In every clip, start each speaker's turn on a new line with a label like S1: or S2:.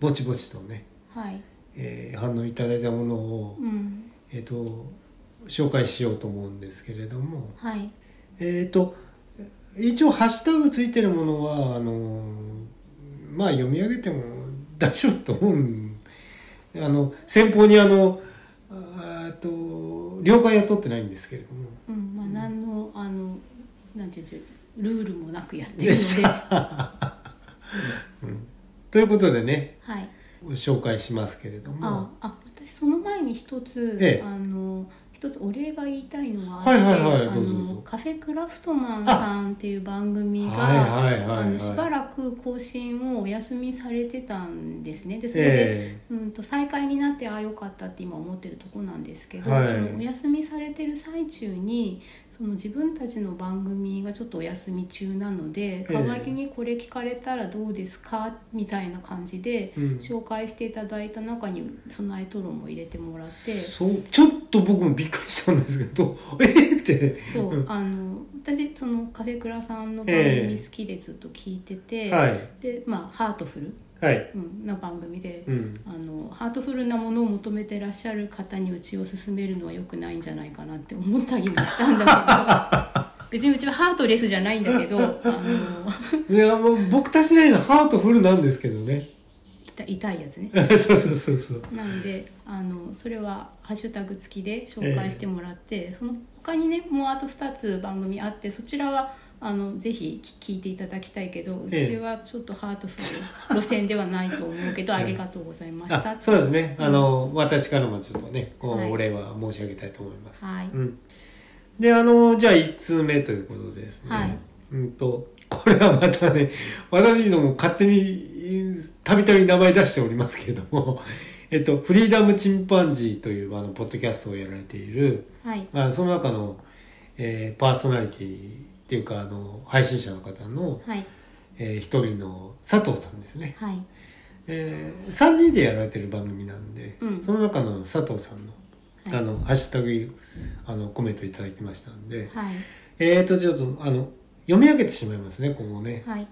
S1: ぼちぼちとね、
S2: はい
S1: えー反応いただいたものを、
S2: うん
S1: えー、と紹介しようと思うんですけれども
S2: はい
S1: えっ、と一応ハッシュタグついてるものはあのーまあ読み上げても大丈夫だと思うんあの先方にあのあーと了解は取ってないんですけれども。
S2: うんまあ何のあのなんていうんでしょうルールもなくやってる
S1: で
S2: ので
S1: うんということでね
S2: はい
S1: 紹介しますけれども
S2: ああ私その前に一つ、
S1: ええ
S2: あの一つお礼が言いたいのがあって、
S1: はいはいはい
S2: あ
S1: どうぞどうぞ
S2: のカフェクラフトマンさんっていう番組が
S1: はいはいはいはい
S2: あのしばらく更新をお休みされてたんですねでそれで、
S1: え
S2: うん、と再開になってああよかったって今思ってるとこなんですけど、
S1: はい
S2: そのお休みされてる最中にその自分たちの番組がちょっとお休み中なので
S1: え
S2: 代わりにこれ聞かれたらどうですかみたいな感じで
S1: えうん
S2: 紹介していただいた中に備えトロンも入れてもらって
S1: そうちょっと僕もびっくりしたんですけど えーって
S2: そう うんあの私そのカフェクラさんの番
S1: え
S2: 組
S1: え
S2: 好きでずっと聞いてて、
S1: はい
S2: でまあハートフル
S1: はい、
S2: うんな番組で
S1: うん、
S2: あのハートフルなものを求めてらっしゃる方にうちを勧めるのは良くないんじゃないかなって思ったりもしたんだけど 別にうちはハートレスじゃないんだけどあの
S1: いやもう僕たちなりのハートフルなんですけどね
S2: 痛痛いやつね
S1: そうそうそうそう
S2: なのであのそれはハッシュタグ付きで紹介してもらって、その他にねもうあと2つ番組あってそちらはあのぜひ聞聞いていただきたいけどう
S1: ええ
S2: ちはちょっとハートフル路線ではないと思 うけどありがとうございました
S1: あ
S2: って
S1: そうですねあの私からもちょっとねこ
S2: はいう
S1: お礼は申し上げたいと思います、
S2: はい
S1: うん、であのじゃあ1通目ということでですね、
S2: はい
S1: うんとこれはまたね私ども勝手にたびたび名前出しておりますけれども えっと、フリーダムチンパンジーというあのポッドキャストをやられている
S2: はい
S1: まあ、その中の、えーパーソナリティっていうかあの配信者の方の、
S2: はい
S1: えー一人の佐藤さんですね、
S2: はい
S1: えー、3人でやられてる番組なんで、
S2: うん
S1: その中の佐藤さんの,、
S2: はい
S1: あのハッシュタグあのコメントいただきましたんで、
S2: はい
S1: えーとちょっとあの読み上げてしまいますね今後ね、
S2: はい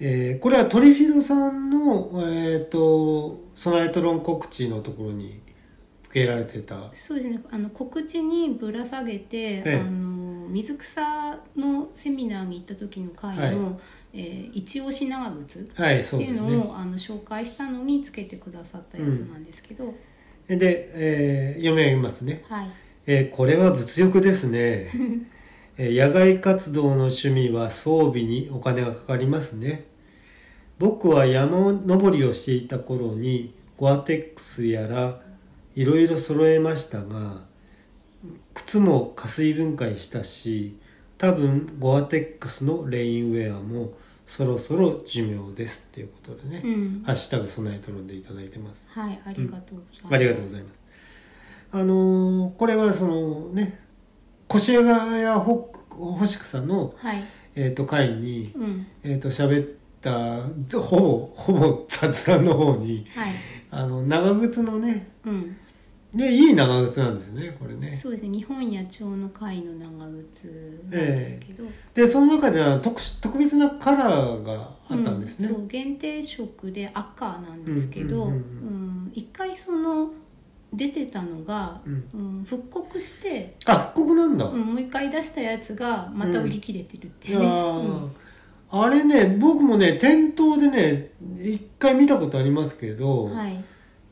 S1: えーこれはトリフィドさんの、えー、とソナエトロン告知のところに付けられてた
S2: そうですねあの告知にぶら下げて、
S1: ええ
S2: あの水草のセミナーに行った時の回の、えー一押し長靴
S1: はい
S2: って
S1: そうで
S2: い
S1: す
S2: う
S1: ね
S2: のを、あの紹介したのにつけてくださったやつなんですけど、
S1: で、えー読み上げますね
S2: はい
S1: えーこれは物欲です ね、えー野外活動の趣味は装備にお金がかかりますね僕は山登りをしていた頃にゴアテックスやらいろいろ揃えましたが靴も加水分解したし多分ゴアテックスのレインウェアもそろそろ寿命ですっていうことでね
S2: う、ん
S1: ハッシュタグ備えとるんでいただいてます
S2: はいありがとうございます、
S1: ありがとうございます。あのーこれはそのね、越谷やほ星草の、
S2: はい
S1: えー、と会に、
S2: うん
S1: えー、と喋ったずほぼほぼ雑談の方に
S2: はい
S1: あの長靴のね
S2: うん
S1: ねいい長靴なんですよねこれね
S2: そうですね日本野鳥の会の長靴なんですけど、
S1: でその中では特殊特別なカラーがあったんですね、
S2: うんそう限定色で赤なんですけど、
S1: うう
S2: うんん
S1: んうん
S2: 一回その出てたのが、
S1: うん
S2: うん復刻して、
S1: あ復刻なんだ、
S2: うん、もう一回出したやつがまた売り切れてるって
S1: い
S2: い
S1: や
S2: うね、
S1: ー
S2: うん
S1: あれね僕もね店頭でね一回見たことありますけど、
S2: はい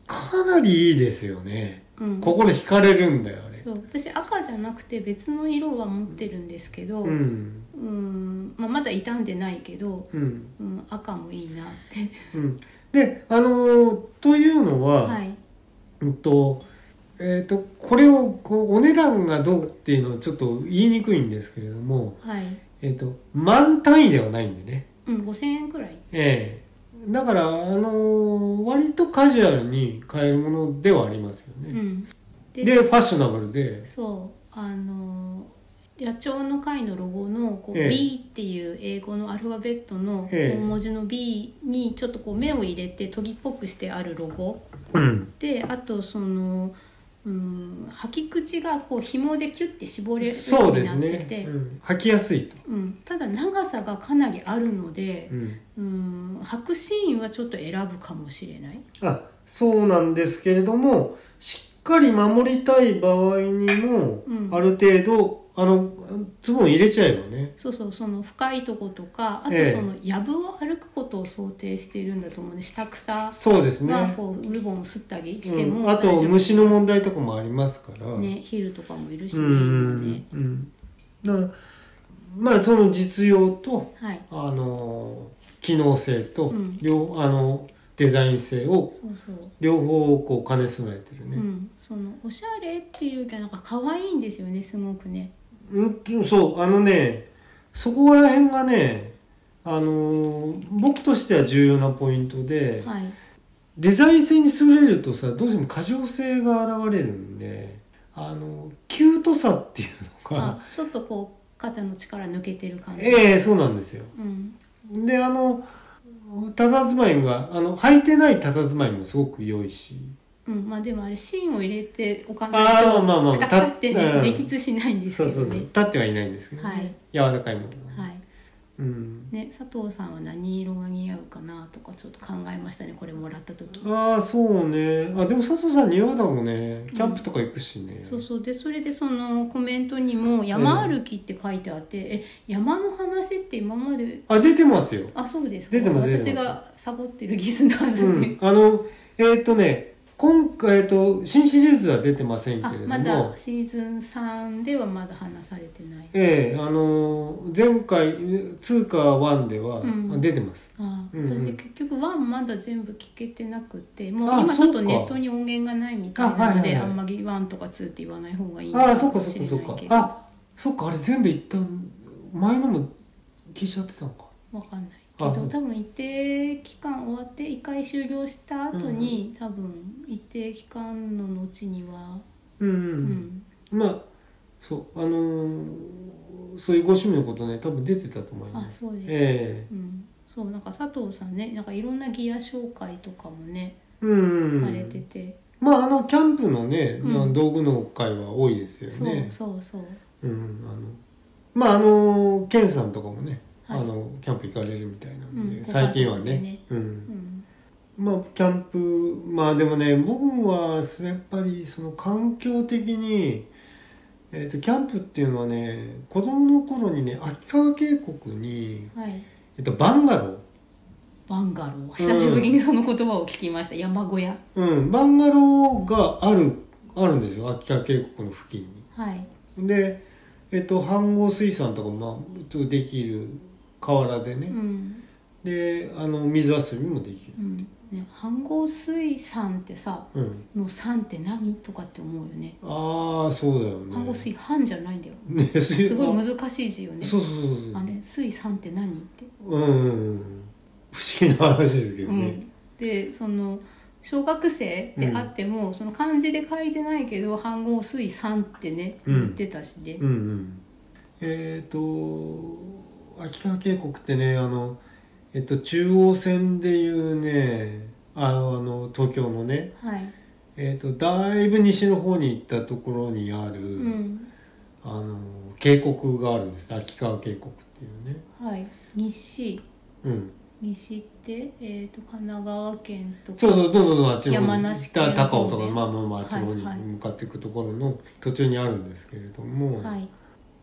S1: かなりいいですよね
S2: うん、
S1: 心惹かれるんだよあれ
S2: そう私赤じゃなくて別の色は持ってるんですけど、
S1: う
S2: うん
S1: ん
S2: まあ、まだ傷んでないけど、
S1: うん
S2: うん、赤もいいなって
S1: うんであのーというのは、
S2: はい、
S1: うんとえー、とこれをこうお値段がどうっていうのはちょっと言いにくいんですけれども、
S2: はい
S1: えー、と満単位ではないんでね、
S2: うん、5,000円くらい
S1: ええだから、あのー割とカジュアルに買えるものではありますよ
S2: う
S1: ね、
S2: んで
S1: でファッショナブルで
S2: そうあの野鳥の会のロゴのこう、
S1: ええ
S2: B っていう英語のアルファベットの
S1: ええ
S2: 大文字の B にちょっとこう目を入れて鳥っぽくしてあるロゴ
S1: うん
S2: であとそのうん吐き口がこう紐でキュッて絞れるよ
S1: そう
S2: う
S1: で
S2: にな
S1: す
S2: って
S1: ね
S2: て、、
S1: うん、吐きやすいと、
S2: うん、ただ長さがかなりあるので
S1: う、ん、
S2: うん、履くシーンはちょっと選ぶかもしれない。
S1: あそうなんですけれどもしっかり守りたい場合にも、
S2: うん
S1: ある程度あのズボン入れちゃえばね
S2: そうそうその深いとことかあと
S1: ええ
S2: そのやぶを歩くことを想定しているんだと思うんで下草
S1: そうですね
S2: がこうズボンをすったりして
S1: うん
S2: も
S1: あ
S2: 大丈
S1: と
S2: 夫、
S1: 虫の問題とかもありますから
S2: ねヒルとかもいるし
S1: う
S2: ね
S1: ん
S2: 今ね
S1: うんだからまあその実用と
S2: はい
S1: あの機能性と
S2: うん
S1: 両、あのデザイン性を
S2: そうそう、
S1: 両方こう兼ね備えてる
S2: う
S1: ね、
S2: んそのおしゃれっていうかなんか可愛いんですよねすごくね
S1: うん、そうあのねそこら辺がねあの僕としては重要なポイントで
S2: はい
S1: デザイン性に優れるとさどうしても過剰性が現れるんであのキュートさっていうのが
S2: あちょっとこう肩の力抜けてる感じ、
S1: ええそうなんですよ
S2: うん
S1: であの佇まいがあの履いてない佇まいもすごく良いし
S2: うん、まあでもあれ芯を入れておかな
S1: あ
S2: い
S1: ー
S2: と
S1: まあまあ
S2: カタってね
S1: たうん
S2: 自立しないんです
S1: そ
S2: け
S1: う
S2: どね
S1: そうそう立ってはいないんですけど、ね
S2: はい
S1: 柔らかいものが、
S2: はい
S1: うん、
S2: ね、佐藤さんは何色が似合うかなとかちょっと考えましたねこれもらった時
S1: ああそうねあでも佐藤さん似合うだろうねキャンプとか行くしね、
S2: そうそうでそれでそのコメントにも「山歩き」って書いてあって「え山の話って今まで
S1: あ出てますよ、
S2: あそうですか
S1: 出てます出
S2: 私
S1: てます
S2: がサボってるギスなんで
S1: う
S2: ね、
S1: ん、あのえーっ、とね今回、えーっと新シリーズは出てませんけ
S2: あ
S1: れども
S2: まだシーズン3ではまだ話されてない
S1: ええあの前回2か1では
S2: うん
S1: 出てます、
S2: あ
S1: うんうん
S2: 私結局1まだ全部聞けてなくてもう
S1: あ
S2: 今ち
S1: そ
S2: ょ
S1: う
S2: っ
S1: か
S2: とネットに音源がないみたいなので
S1: あ
S2: あ,、
S1: はいはいはい
S2: んまり1とか2って言わない方がいいの
S1: ああ
S2: か
S1: そっか
S2: も
S1: そ
S2: し
S1: っか
S2: れ
S1: そ
S2: な
S1: っ
S2: い
S1: か
S2: けど
S1: あそっかあれ全部一旦前のも消しちゃってたのか
S2: わかんないけ
S1: あ
S2: ど
S1: うん
S2: 多分一定期間終わって一回終了した後に、多分一定期間の後には、
S1: うん、う
S2: うんん
S1: まあそうあのーそういうご趣味のことね多分出てたと思いま
S2: あ
S1: す
S2: そうです、
S1: え
S2: うん、そうなんか佐藤さんねなんかいろんなギア紹介とかもね、
S1: えうん
S2: されてて、
S1: まああのキャンプのね、
S2: うん
S1: 道具の会は多いですよ
S2: そう
S1: ね
S2: そうそう
S1: うんあのまああのケンさんとかもね、
S2: はい
S1: あのキャンプ行かれるみたいなんで、
S2: うん
S1: 最近は
S2: ご家
S1: ね
S2: 族でね
S1: うん
S2: うん
S1: まあキャンプまあでもね僕はやっぱりその環境的に、えー、とキャンプっていうのはね子供の頃にね秋川渓谷に、
S2: はい
S1: えっとバンガロー、
S2: バンガロー久しぶりにその言葉を聞きました、山小屋
S1: うん、バンガローがあるあるんですよ秋川渓谷の付近
S2: はい
S1: に。で、えっと飯合水産とかも、まあ、ちょっとできる河原でね、
S2: うん、
S1: であの水遊びもできる。
S2: うんね、飯合水産ってさ
S1: うん、
S2: の産って何とかって思うよね
S1: ああそうだよね。
S2: 飯合水飯じゃないんだよ
S1: ね水
S2: すごい難しい字よね。
S1: そうそうそうそう。
S2: あれ水産って何って。
S1: うんうんうん不思議な話ですけど
S2: う
S1: ね、
S2: ん、でその小学生であっても、その漢字で書いてないけど半号水産ってね
S1: うん
S2: 言ってたしね
S1: う。んうんえっ、と秋川渓谷ってねあの、えっと、中央線でいうねあのあの東京のね、
S2: はい。
S1: えっとだいぶ西の方に行ったところにある、
S2: うん。
S1: あの渓谷があるんです秋川渓谷っていうね、
S2: はい。西
S1: うん、
S2: 西ってえっ、と神奈川県とか。
S1: そうそうどんどんどんあっちの方
S2: 山
S1: に
S2: 梨県
S1: た
S2: の方
S1: 高尾とか
S2: ね
S1: まあまあまああっちの方に
S2: はいはい
S1: 向かっていくところの途中にあるんですけれども、
S2: はい。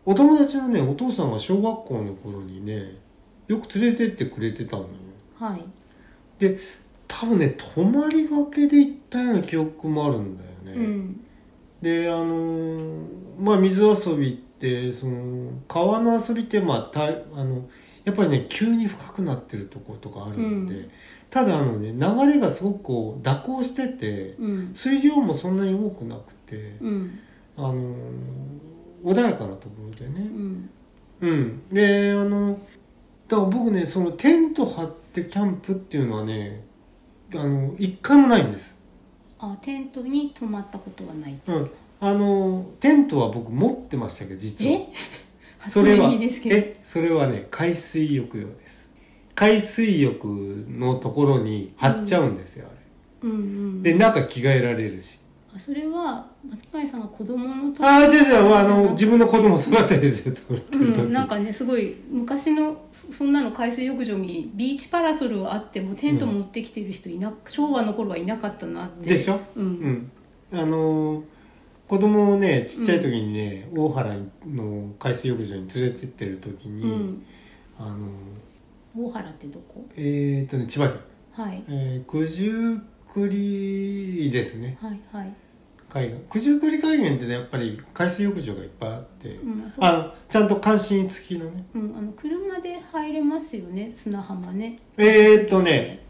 S1: お友達のねお父さんが小学校の頃にねよく連れてってくれてたのよ
S2: はい。
S1: 多分ね泊まりがけで行ったような記憶もあるんだよね、
S2: うん。
S1: であのーまあ水遊びってその川の遊びってまあたあのやっぱりね急に深くなってるところとかあるんで、
S2: うん
S1: ただあのね流れがすごくこう蛇行してて
S2: うん。
S1: 水量もそんなに多くなくて、
S2: うん。
S1: あのー穏やかなところでね、
S2: うん。
S1: うん、であのだから僕ねそのテント張ってキャンプっていうのはねあの一回もないんです、
S2: あテントに泊まったことはない。
S1: うん、あのテントは僕持ってましたけど実は
S2: え？ 初耳ですけど。
S1: えそれはね海水浴用です海水浴のところに張っちゃうんですよ、あれ
S2: うんうん。
S1: で中着替えられるし
S2: あそれは巻貝さんが子供の時
S1: ああ、じゃあじゃあ、あ
S2: じゃな
S1: の、
S2: く
S1: 自分の子供育ててるって
S2: う
S1: 時
S2: ん、なんかねすごい昔のそそんなの海水浴場にビーチパラソルはあってもテント持ってきてる人いな、昭和の頃はいなかったなって
S1: でしょ
S2: うん、
S1: うん。あのー、子供をね、ちっちゃい時にね、大原の海水浴場に連れてってる時
S2: う
S1: に、
S2: ん
S1: あのー、
S2: 大原ってどこ
S1: えっ、とね、千葉県、
S2: はい
S1: えー、九十九里ですね、
S2: はいはい、
S1: 海岸。九十九里海岸ってね、やっぱり海水浴場がいっぱいあって、
S2: うん、あそう
S1: あの、ちゃんと関心付きのね。
S2: うん、あの車で入れますよね砂浜ね
S1: えっ、とね、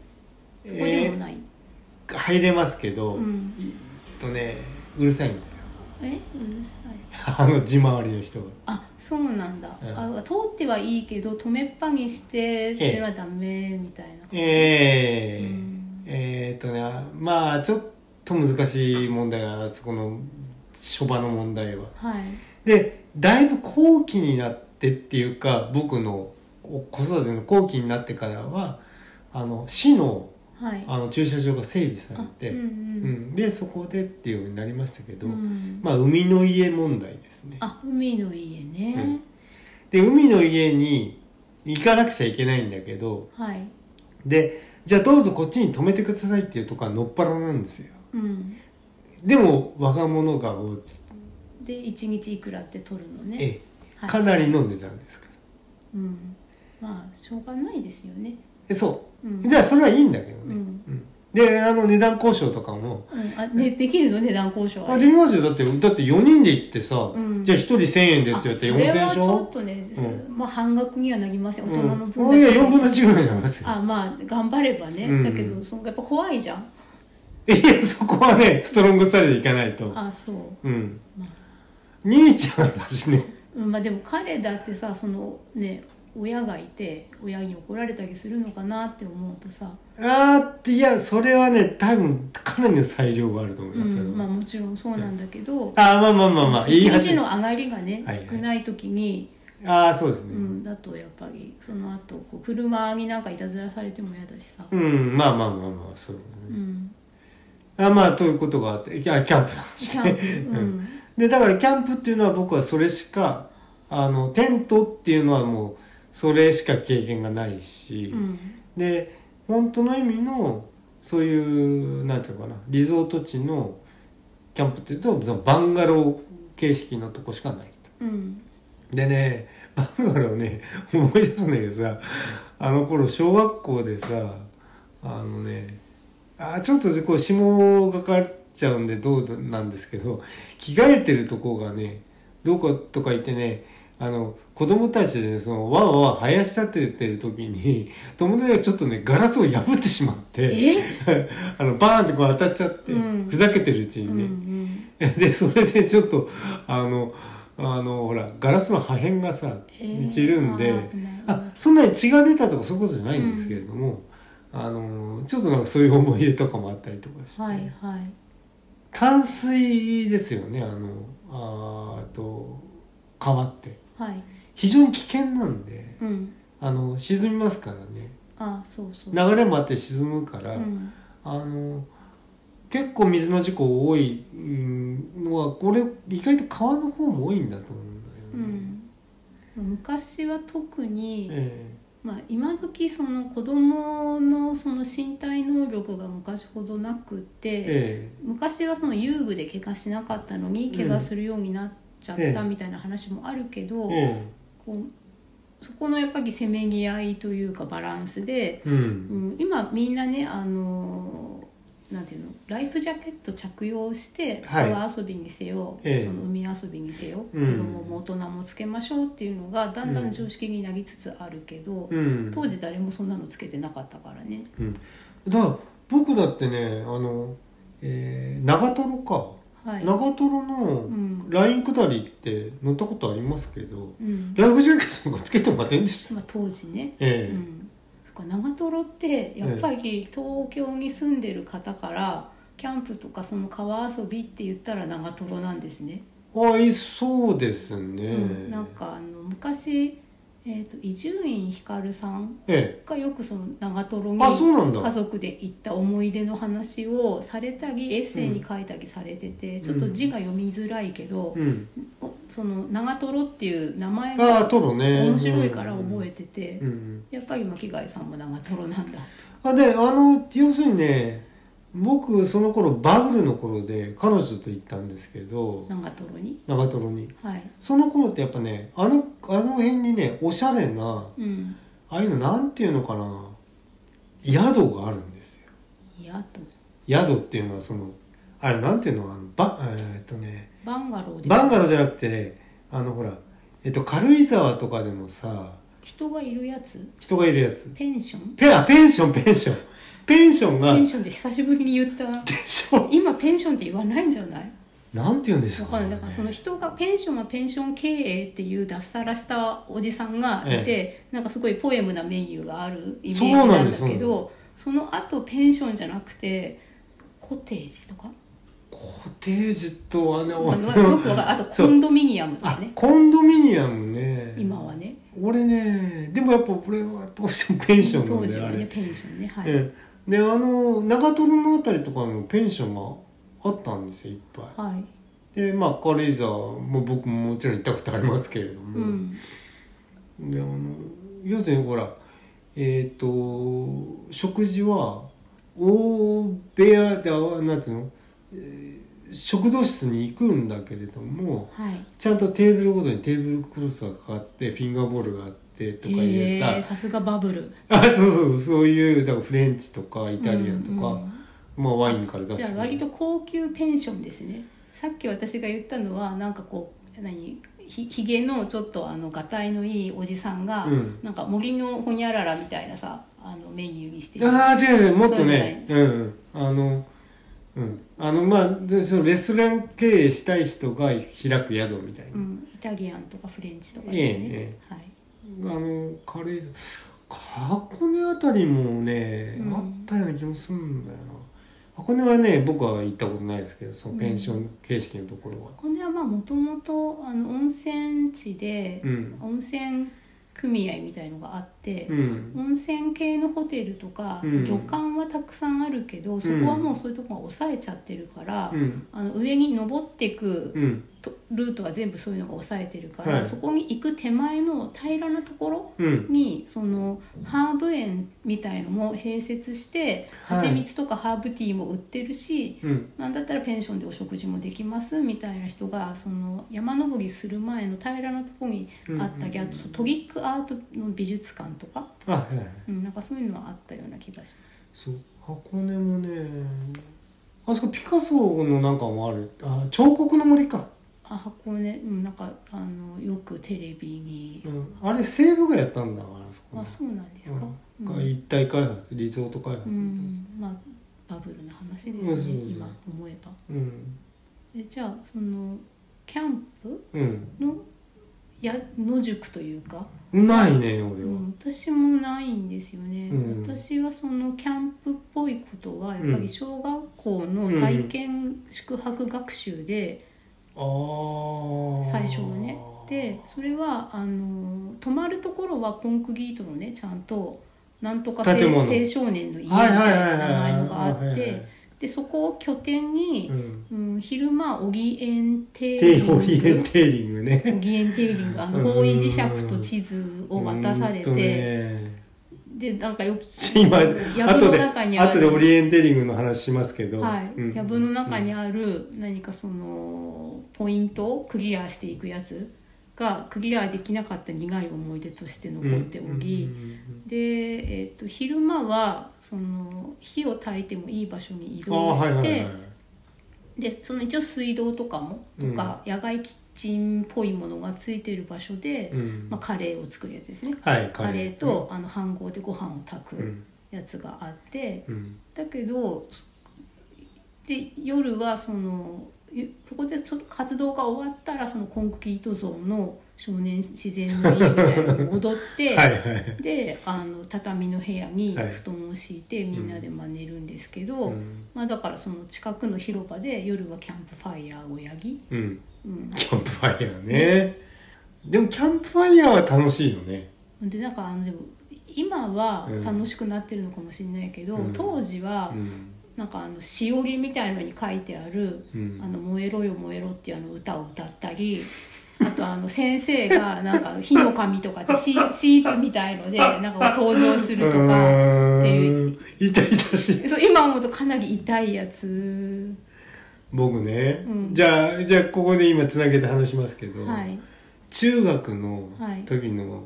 S2: そこでもない、
S1: えー入れますけど、
S2: うん
S1: えっとね、うるさいんですよ。
S2: えうるさい
S1: あの地回りの人が。
S2: あそうなんだ、
S1: うん
S2: あ通ってはいいけど止めっぱにしてっていうのはダメみたいな、
S1: ええ
S2: うん
S1: えーっとねあまあちょっと難しい問題があそこの諸場の問題は。
S2: はい
S1: でだいぶ後期になってっていうか僕のお子育ての後期になってからはあの市の
S2: はい
S1: あの駐車場が整備されて、
S2: うん
S1: う
S2: うん
S1: んでそこでっていうようになりましたけど、
S2: うん
S1: まあ海の家問題ですね。
S2: あ海の家ね、
S1: で海の家に行かなくちゃいけないんだけど
S2: はい
S1: でじゃあどうぞこっちに止めてくださいっていうとこはのっぱらなんですよ
S2: うん
S1: でも若者が多い
S2: で1日いくらって取るのね
S1: ええ
S2: はい、
S1: かなり飲んでたんですから
S2: うん、まあしょうがないですよね、
S1: えそううんだからそれはいいんだけどね、
S2: うん
S1: うんであの値段交渉とかも
S2: うんあね、できるの値段交渉
S1: あできますよだってだって4人で行ってさ、
S2: うん
S1: じゃあ1人1000円ですよって4000
S2: あそれ
S1: 円
S2: は
S1: でし
S2: ちょ
S1: ょ
S2: っとね、
S1: う
S2: まあ半額にはなりません大人の
S1: うん、
S2: 分
S1: い
S2: だ
S1: や
S2: け、
S1: 4分の10ぐらいになりますよ
S2: あまあ頑張ればね、
S1: うん
S2: だけどそのやっぱ怖いじゃん
S1: いやそこはねストロングスタイルで行かないと
S2: あそ
S1: う
S2: う
S1: ん
S2: まあ
S1: 兄ちゃんだしね
S2: うんまあでも彼だってさそのね親がいて親に怒られたりするのかなって思うとさ、
S1: あーっていやそれはね多分かなりの裁量があると思いうますよ、
S2: ん、まあもちろんそうなんだけど、
S1: あーまあまあまあまあ
S2: 一
S1: 始
S2: 日
S1: め
S2: の上がりがね、
S1: はいはい
S2: 少ない時に、
S1: ああそうです
S2: う
S1: ねうん、
S2: ん、だとやっぱりその後こう車になんかいたずらされても嫌だしさ、
S1: まあまあまあまあそう、ね
S2: うん、
S1: あーまあということがあっていやキャンプの話
S2: キャンプ、う
S1: うんでだからキャンプっていうのは僕はそれしかあのテントっていうのはもうそれしか経験がないし、
S2: うん
S1: で本当の意味のそういうなんていうのかなリゾート地のキャンプっていうとそのバンガロー形式のとこしかない
S2: うん
S1: でねバンガローね思い出すんだけどさあの頃小学校でさあのねあちょっとこう霜がかかっちゃうんでどうなんですけど着替えてるとこがねどことか言ってねあの子供たちでねそのわんわん生やし立ててる時に友達がちょっとねガラスを破ってしまって
S2: え、
S1: あのバーンってこう当たっちゃって、
S2: うん
S1: ふざけてるうち
S2: うんう
S1: にね、
S2: ん、
S1: でそれでちょっとあのあのほらガラスの破片がさ
S2: えー
S1: 散るんで、
S2: あー危ない
S1: あそんなに血が出たとかそういうことじゃないんですけれども、あのちょっとなんかそういう思い出とかもあったりとかして、
S2: はいはい
S1: 淡水ですよねあのあーあと川って
S2: はい
S1: 非常に危険なんで
S2: うん
S1: あの沈みますからね
S2: あそうそう
S1: 流れもあって沈むから、
S2: うん
S1: あの結構水の事故多いうんのはこれ意外と川の方も多いんだと思うんだよね。
S2: うん、昔は特に、
S1: え
S2: まあ、今時その子供のその身体能力が昔ほどなく
S1: え
S2: て、
S1: え
S2: 昔はその遊具で怪我しなかったのに
S1: うん
S2: 怪我するようになっちゃっ
S1: ええ
S2: たみたいな話もあるけど、
S1: ええ
S2: こうそこのやっぱりせめぎ合いというかバランスで、
S1: え
S2: うんん、今みんなねあのなんていうのライフジャケット着用して
S1: はい
S2: 川遊びにせよ、
S1: ええ
S2: その海遊びにせよ、
S1: うん
S2: 子供も大人もつけましょうっていうのがだんだん常識になりつつあるけど。
S1: うん
S2: 当時誰もそんなのつけてなかったからね
S1: だから僕だってねあの、ええ長瀞か、
S2: はい
S1: 長瀞
S2: う
S1: の
S2: ん、
S1: ライン下りって乗ったことありますけど
S2: うん
S1: ライフジャケットとかつけてませんでした。
S2: まあ、当時ね、う
S1: え
S2: ん、そっか長瀞ってやっぱり東京に住んでる方からキャンプとかその川遊びって言ったら長瀞なんですね、
S1: えあいそうですね。
S2: うん、なんかあの昔えっ、と伊集院光さん
S1: え
S2: がよくその長瀞に
S1: あそうなんだ
S2: 家族で行った思い出の話をされたりエッセイに書いたりされてて、
S1: ん
S2: ちょっと字が読みづらいけど
S1: え、うん
S2: その長瀞っていう名前
S1: ああ
S2: が
S1: トロね
S2: 面白いから覚えてて、
S1: うんうん
S2: やっぱり巻貝さんも長瀞なんだ
S1: あであの要するにね僕その頃バブルの頃で彼女と行ったんですけど
S2: 長瀞に
S1: 長瀞に
S2: はい、
S1: その頃ってやっぱねあのあの辺にねおしゃれな
S2: うん、
S1: ああいうのなんていうのかな宿があるんですよ
S2: いやと
S1: 宿っていうのはそのあれなんていうのあのばえーっとね
S2: バンガローで
S1: バンガローじゃなくてねあのほら、えっと、軽井沢とかでもさ
S2: 人がいるやつ
S1: 人がいるやつ
S2: ペンション
S1: ペアペンションペンションペンションが
S2: ペ
S1: ペ
S2: ン
S1: ン
S2: ションで久しぶりに言った
S1: ション
S2: 今ペンションって言わないんじゃない
S1: なんて言うんです
S2: わ
S1: か,、
S2: かんないだからその人がペンションはペンション経営っていう脱サラしたおじさんがいて、なんかすごいポエムなメニューがあるイメージなんだ
S1: そうなん
S2: け
S1: です
S2: どその後ペンションじゃなくてコテージ とか
S1: コテージとあの
S2: まあよくわかるあとコンドミニアムとか
S1: あ
S2: ね
S1: コンドミニアムね
S2: 今はね
S1: 俺ねでもやっぱ俺はどうしてもペンションなん
S2: 当
S1: だ
S2: 時
S1: よ
S2: は
S1: あ
S2: ね
S1: れ
S2: ペンションねはい、
S1: ええであの長瀞のあたりとかのペンションがあったんですよいっぱ
S2: はい
S1: いでまあ軽井沢も僕ももちろん行ったことありますけれども、
S2: うん
S1: であの要するにほらえっ、と食事は大部屋であなんていうの、えー食堂室に行くんだけれども
S2: はい
S1: ちゃんとテーブルごとにテーブルクロスがかかってフィンガーボールがあってとかいうさ、
S2: えーさすがバブル
S1: あそうそうそういうだからフレンチとかイタリアンとか、
S2: うんうん
S1: まあ、ワインから出
S2: じゃ
S1: す
S2: あ割と高級ペンションですねさっき私が言ったのはなんかこう何ひひげのちょっとあのがたいのいいおじさんが、
S1: うん
S2: なんか森のほにゃららみたいなさあのメニューにしてる
S1: ああ違う違うもっと
S2: そうじゃな
S1: ね
S2: い
S1: うんうんあのうんあのまあでそのレストラン経営したい人が開く宿みたいな、
S2: うん、イタリアンとかフレンチとかですね、
S1: えええ
S2: はい、
S1: あの軽井沢箱根あたりもね、
S2: うん
S1: あったような気もするんだよな箱根はね僕は行ったことないですけどそのペンション形式のところは
S2: これはまあもともとあの温泉地で、
S1: うん
S2: 温泉組合みたいのがあって、
S1: うん
S2: 温泉系のホテルとか、
S1: うん
S2: 旅館はたくさんあるけどそこはもうそういうとこが抑えちゃってるから、
S1: うん
S2: あの上に登っていく
S1: うん
S2: とルートは全部そういうのが抑えてるから、
S1: はい
S2: そこに行く手前の平らなところ
S1: うん
S2: にそのハーブ園みたいのも併設して
S1: はい
S2: 蜂蜜とかハーブティーも売ってるし、
S1: うん
S2: なんだったらペンションでお食事もできますみたいな人がその山登りする前の平らなところにあったり、
S1: うん
S2: あとトリックアートの美術館とか、
S1: あはいはい
S2: うん、なんかそういうのはあったような気がします。
S1: そう箱根もねあそこピカソのなんかもあるあ彫刻の森か、
S2: あ箱根、うん、なんかあのよくテレビに、
S1: うん、あれ西武がやったんだからあそこね
S2: あそうなんですか、
S1: うん
S2: うん
S1: が一体開発リゾート開発
S2: う
S1: みたいな、
S2: ん、まあバブルの
S1: う
S2: 話ですね
S1: んそうそうそう
S2: 今思えば
S1: うん
S2: えじゃあそのキャンプ
S1: うん
S2: のや野宿というか、
S1: ないね
S2: う
S1: 俺は、
S2: ん、私もないんですよね、
S1: うん
S2: 私はそのキャンプっぽいことはやっぱ
S1: うん
S2: り小学校の体験宿泊学習で
S1: ああ
S2: 最初はね、でそれはあの泊まるところはコンクリートのねちゃんとなんとか青
S1: 建物
S2: 青少年の家み
S1: は
S2: た
S1: い
S2: い
S1: はいはい
S2: な
S1: は
S2: 名
S1: い
S2: 前のがあって。
S1: はいはいはい
S2: でそこを拠点に
S1: う、ん、
S2: うん、昼間オギエンテー
S1: テ
S2: リ
S1: イ
S2: ング
S1: オリエンテーリングね
S2: オギエンテーリングあ
S1: うん
S2: の方位磁石と地図を渡され
S1: うんと
S2: て、
S1: ね
S2: でなんかよく
S1: 今
S2: 藪の中にある
S1: 後でオリエンテーリングの話しますけど
S2: はい
S1: うん
S2: 藪の中にある何かそのポイントをクリアしていくやつがクリアできなかった苦い思い出として残っており、
S1: うんうんうんうん
S2: で、えっと昼間はその火を焚いてもいい場所に移
S1: あ
S2: 動
S1: ー
S2: して、
S1: はいはいはい
S2: でその一応水道とかもとか、野外キッチンっぽいものがついてる場所で、
S1: うん
S2: まあ、カレーを作るやつですね
S1: はい
S2: カレーと、あの飯盒でご飯を炊
S1: う
S2: く
S1: ん
S2: やつがあって、
S1: うん
S2: だけどで夜はそのゆそこでその活動が終わったらそのコンクリート像の少年自然の家みたいなのに戻っ て、
S1: はいはい
S2: であの畳の部屋に
S1: はい
S2: 布団を敷いてみんなで真似るんですけど。
S1: うん
S2: まあ、だからその近くの広場で夜はキャンプファイヤーをやり、
S1: うん
S2: うん、
S1: キャンプファイヤーねでもキャンプファイヤーは楽しいよね
S2: でなんかあのでも今は楽しくなってるのかもしれないけど、
S1: うん
S2: 当時は
S1: うん、
S2: なんかあのしおりみたいのに書いてある
S1: う
S2: 「
S1: ん、
S2: あの燃えろよ燃えろ」っていうあの歌を歌ったり。あとあの先生がなんか火の神とかってシーシーツみたいのでなんか登場するとか
S1: か
S2: っていう
S1: 痛々しい
S2: そう今思うとかなり痛いやつ
S1: 僕ね、
S2: うん
S1: じゃあじゃあここで今つなげて話しますけど、
S2: はい
S1: 中学の
S2: はい
S1: 時の、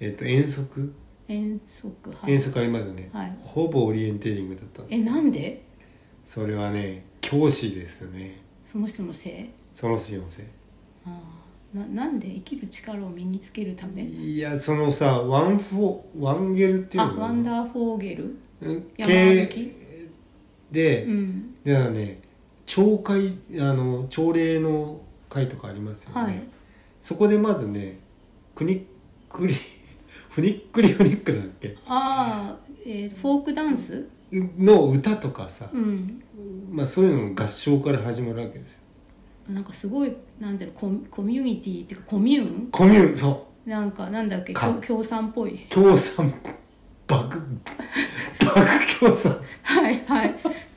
S1: えっと遠足、
S2: 遠足はい
S1: 遠足ありますよね、
S2: はい
S1: ほぼオリエンテーリングだったんです
S2: えなんで
S1: それはね教師ですよね
S2: その人のせい
S1: その人のせい
S2: ああななんで生きる力を身につけるため
S1: いやそのさワンフォワンゲルっていう
S2: あ
S1: の
S2: ワンダーフォーゲル
S1: うん
S2: 山
S1: 系
S2: 歩き
S1: で、
S2: うん
S1: であのね朝会あの朝礼の会とかありますよね、
S2: はい
S1: そこでまずねくにっくりふにっくりふにっくりだっけ
S2: ああ、えー、フォークダンス
S1: の歌とかさ、
S2: うん
S1: まあ、そういうのの合唱から始まるわけですよ
S2: なんかすごいなんだろうコミコミュニティっていうかコミューン
S1: コミューンそ
S2: なんかなんだっけ
S1: か
S2: 共共産っぽいう
S1: 共産爆爆共産
S2: はいはい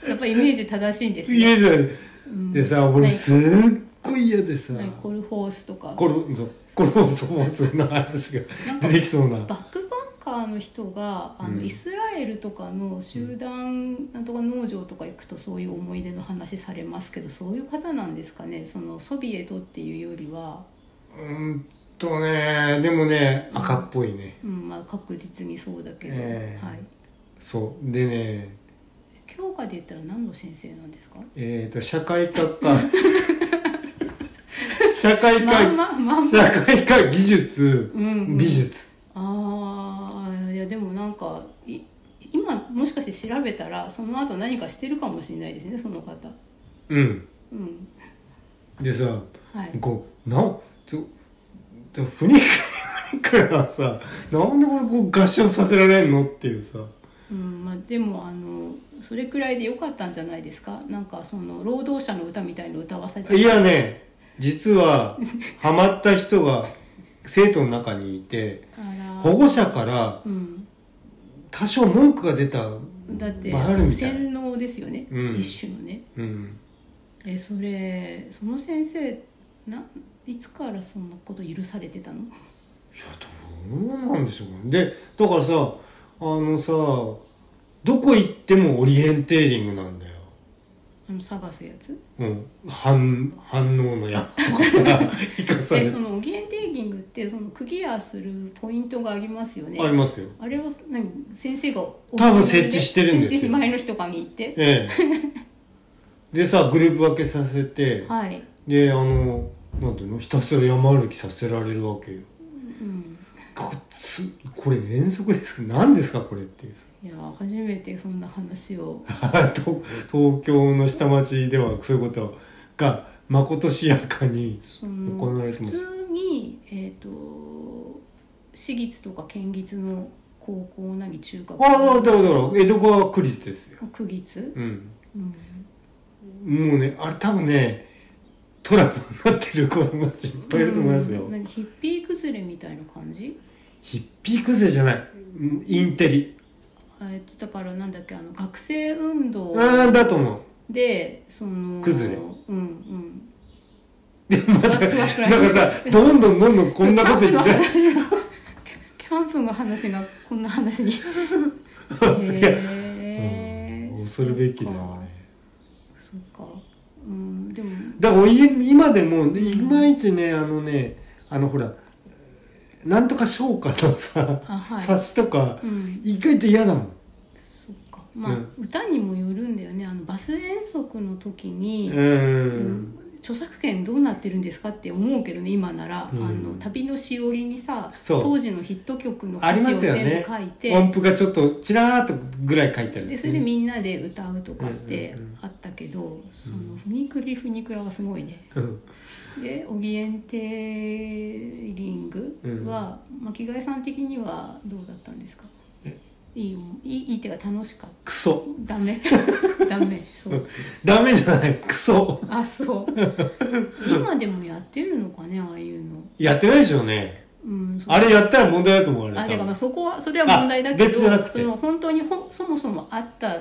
S2: やっぱイメージ正しいんです
S1: イ
S2: ね、
S1: メージある
S2: うん、
S1: でさ俺すっごい嫌でさ、
S2: はいコルホースとか
S1: コロコロソモスの話が
S2: なんか
S1: 出てきそうな
S2: バックパッカーの人があの、
S1: うん
S2: イスラエルとかの集団なんとか農場とか行くとそういう思い出の話されますけどそういう方なんですかねそのソビエトっていうよりは、
S1: うーんとねでもね赤っぽいね
S2: うんまあ、確実にそうだけど、
S1: ええ
S2: はい、
S1: そうでね
S2: 教科で言ったら何の先生なんですか
S1: えっ、と社会科 か社会科、
S2: まあまあまあまあ、
S1: 社会科技術、
S2: うんうん
S1: 美術
S2: ああいやでもなんかい今もしかして調べたらその後何かしてるかもしれないですねその方
S1: うん
S2: うん
S1: でさ
S2: はい
S1: こうなちょちょふにかにからさなんでこれこう合唱させられんのっていうさ
S2: うんまあ、でもあのそれくらいで良かったんじゃないですかなんかその労働者の歌みたいの歌わせて
S1: いやね実はハマった人が生徒の中にいて
S2: あら
S1: 保護者から
S2: うん、
S1: 多少文句が出た
S2: だって
S1: まああるみたい
S2: 洗脳ですよね、
S1: うん
S2: 一種のね
S1: うん
S2: えそれその先生ないつからそんなこと許されてたの
S1: いやどうなんでしょうかねでだからさあのさどこ行ってもオリエンテーリングなんだよ、
S2: あの探すやつ
S1: うん、反反応のやつとか さ生かさ
S2: え
S1: れ
S2: そのオリエンテーリングってそのクリアするポイントがありますよね
S1: ありますよ
S2: あれは何先生が
S1: 多分設置してるんですよ
S2: 設置前の人とかに行って
S1: ええでさグループ分けさせて
S2: はい、
S1: であのなんていうのひたすら山歩きさせられるわけよ
S2: うん
S1: こつこれ遠足ですか何ですかこれっていう
S2: いや初めてそんな話を
S1: さ 東東京の下町ではそういうことがまことしやかに
S2: その
S1: 行われて
S2: 普
S1: ます
S2: 通に、えー、と私立とか県立の高校なり中学
S1: ああだからだから江戸川区立ですよ、
S2: 区立、
S1: うん、
S2: うん、
S1: もうねあれ多分ねトラブルになってる子供たちいっぱいいると思いますよ、
S2: うん何ヒッピー崩れみたいな感じ
S1: ヒッピー崩れじゃないうんインテリ
S2: えっとだからなんだっけあの学生運動
S1: ああだと思う
S2: でその
S1: 崩れ
S2: うんうん
S1: でまたなん
S2: 詳
S1: か
S2: しくないです
S1: さどんどんどんどんこんなこと言って
S2: キャンプの話がこんな話にへ え
S1: うん恐るべきだよ
S2: よ
S1: あれ
S2: そっかうんでも
S1: だからい今でもねいまいちねあのねあのほらなんとか商家のさ、
S2: あはい
S1: 冊子とか
S2: うん
S1: 意外と嫌だもん、
S2: そっかまあ、
S1: うん
S2: 歌にもよるんだよねあのバス遠足の時
S1: う
S2: に、
S1: ん、
S2: 著作権どうなってるんですかって思うけどね今なら、
S1: うん
S2: あの旅のしおりにさ
S1: そう
S2: 当時のヒット曲の
S1: あ
S2: 歌
S1: りま
S2: 詞を
S1: すよ
S2: 全
S1: ね
S2: 部書いて、
S1: 音符がちょっとちらーっとぐらい書いてある
S2: でそれでみんなで歌うとかっ
S1: う
S2: て
S1: んうんうん
S2: あったけど、そのふにくりふにくらはすごいね。
S1: うん
S2: でオリエンテーリングは、巻貝さん的にはどうだったんですかいいもんいいいい手が楽しかった
S1: クソ
S2: ダメダメそう
S1: ダメじゃないクソ
S2: あそう今でもやってるのかねああいうの
S1: やってないでしょうね
S2: うんそう
S1: あれやったら問題だと思われ
S2: あだからまあ
S1: た
S2: そこはそれは問題だけ
S1: あ別じゃな
S2: ど
S1: くて
S2: その本当にほそもそもあった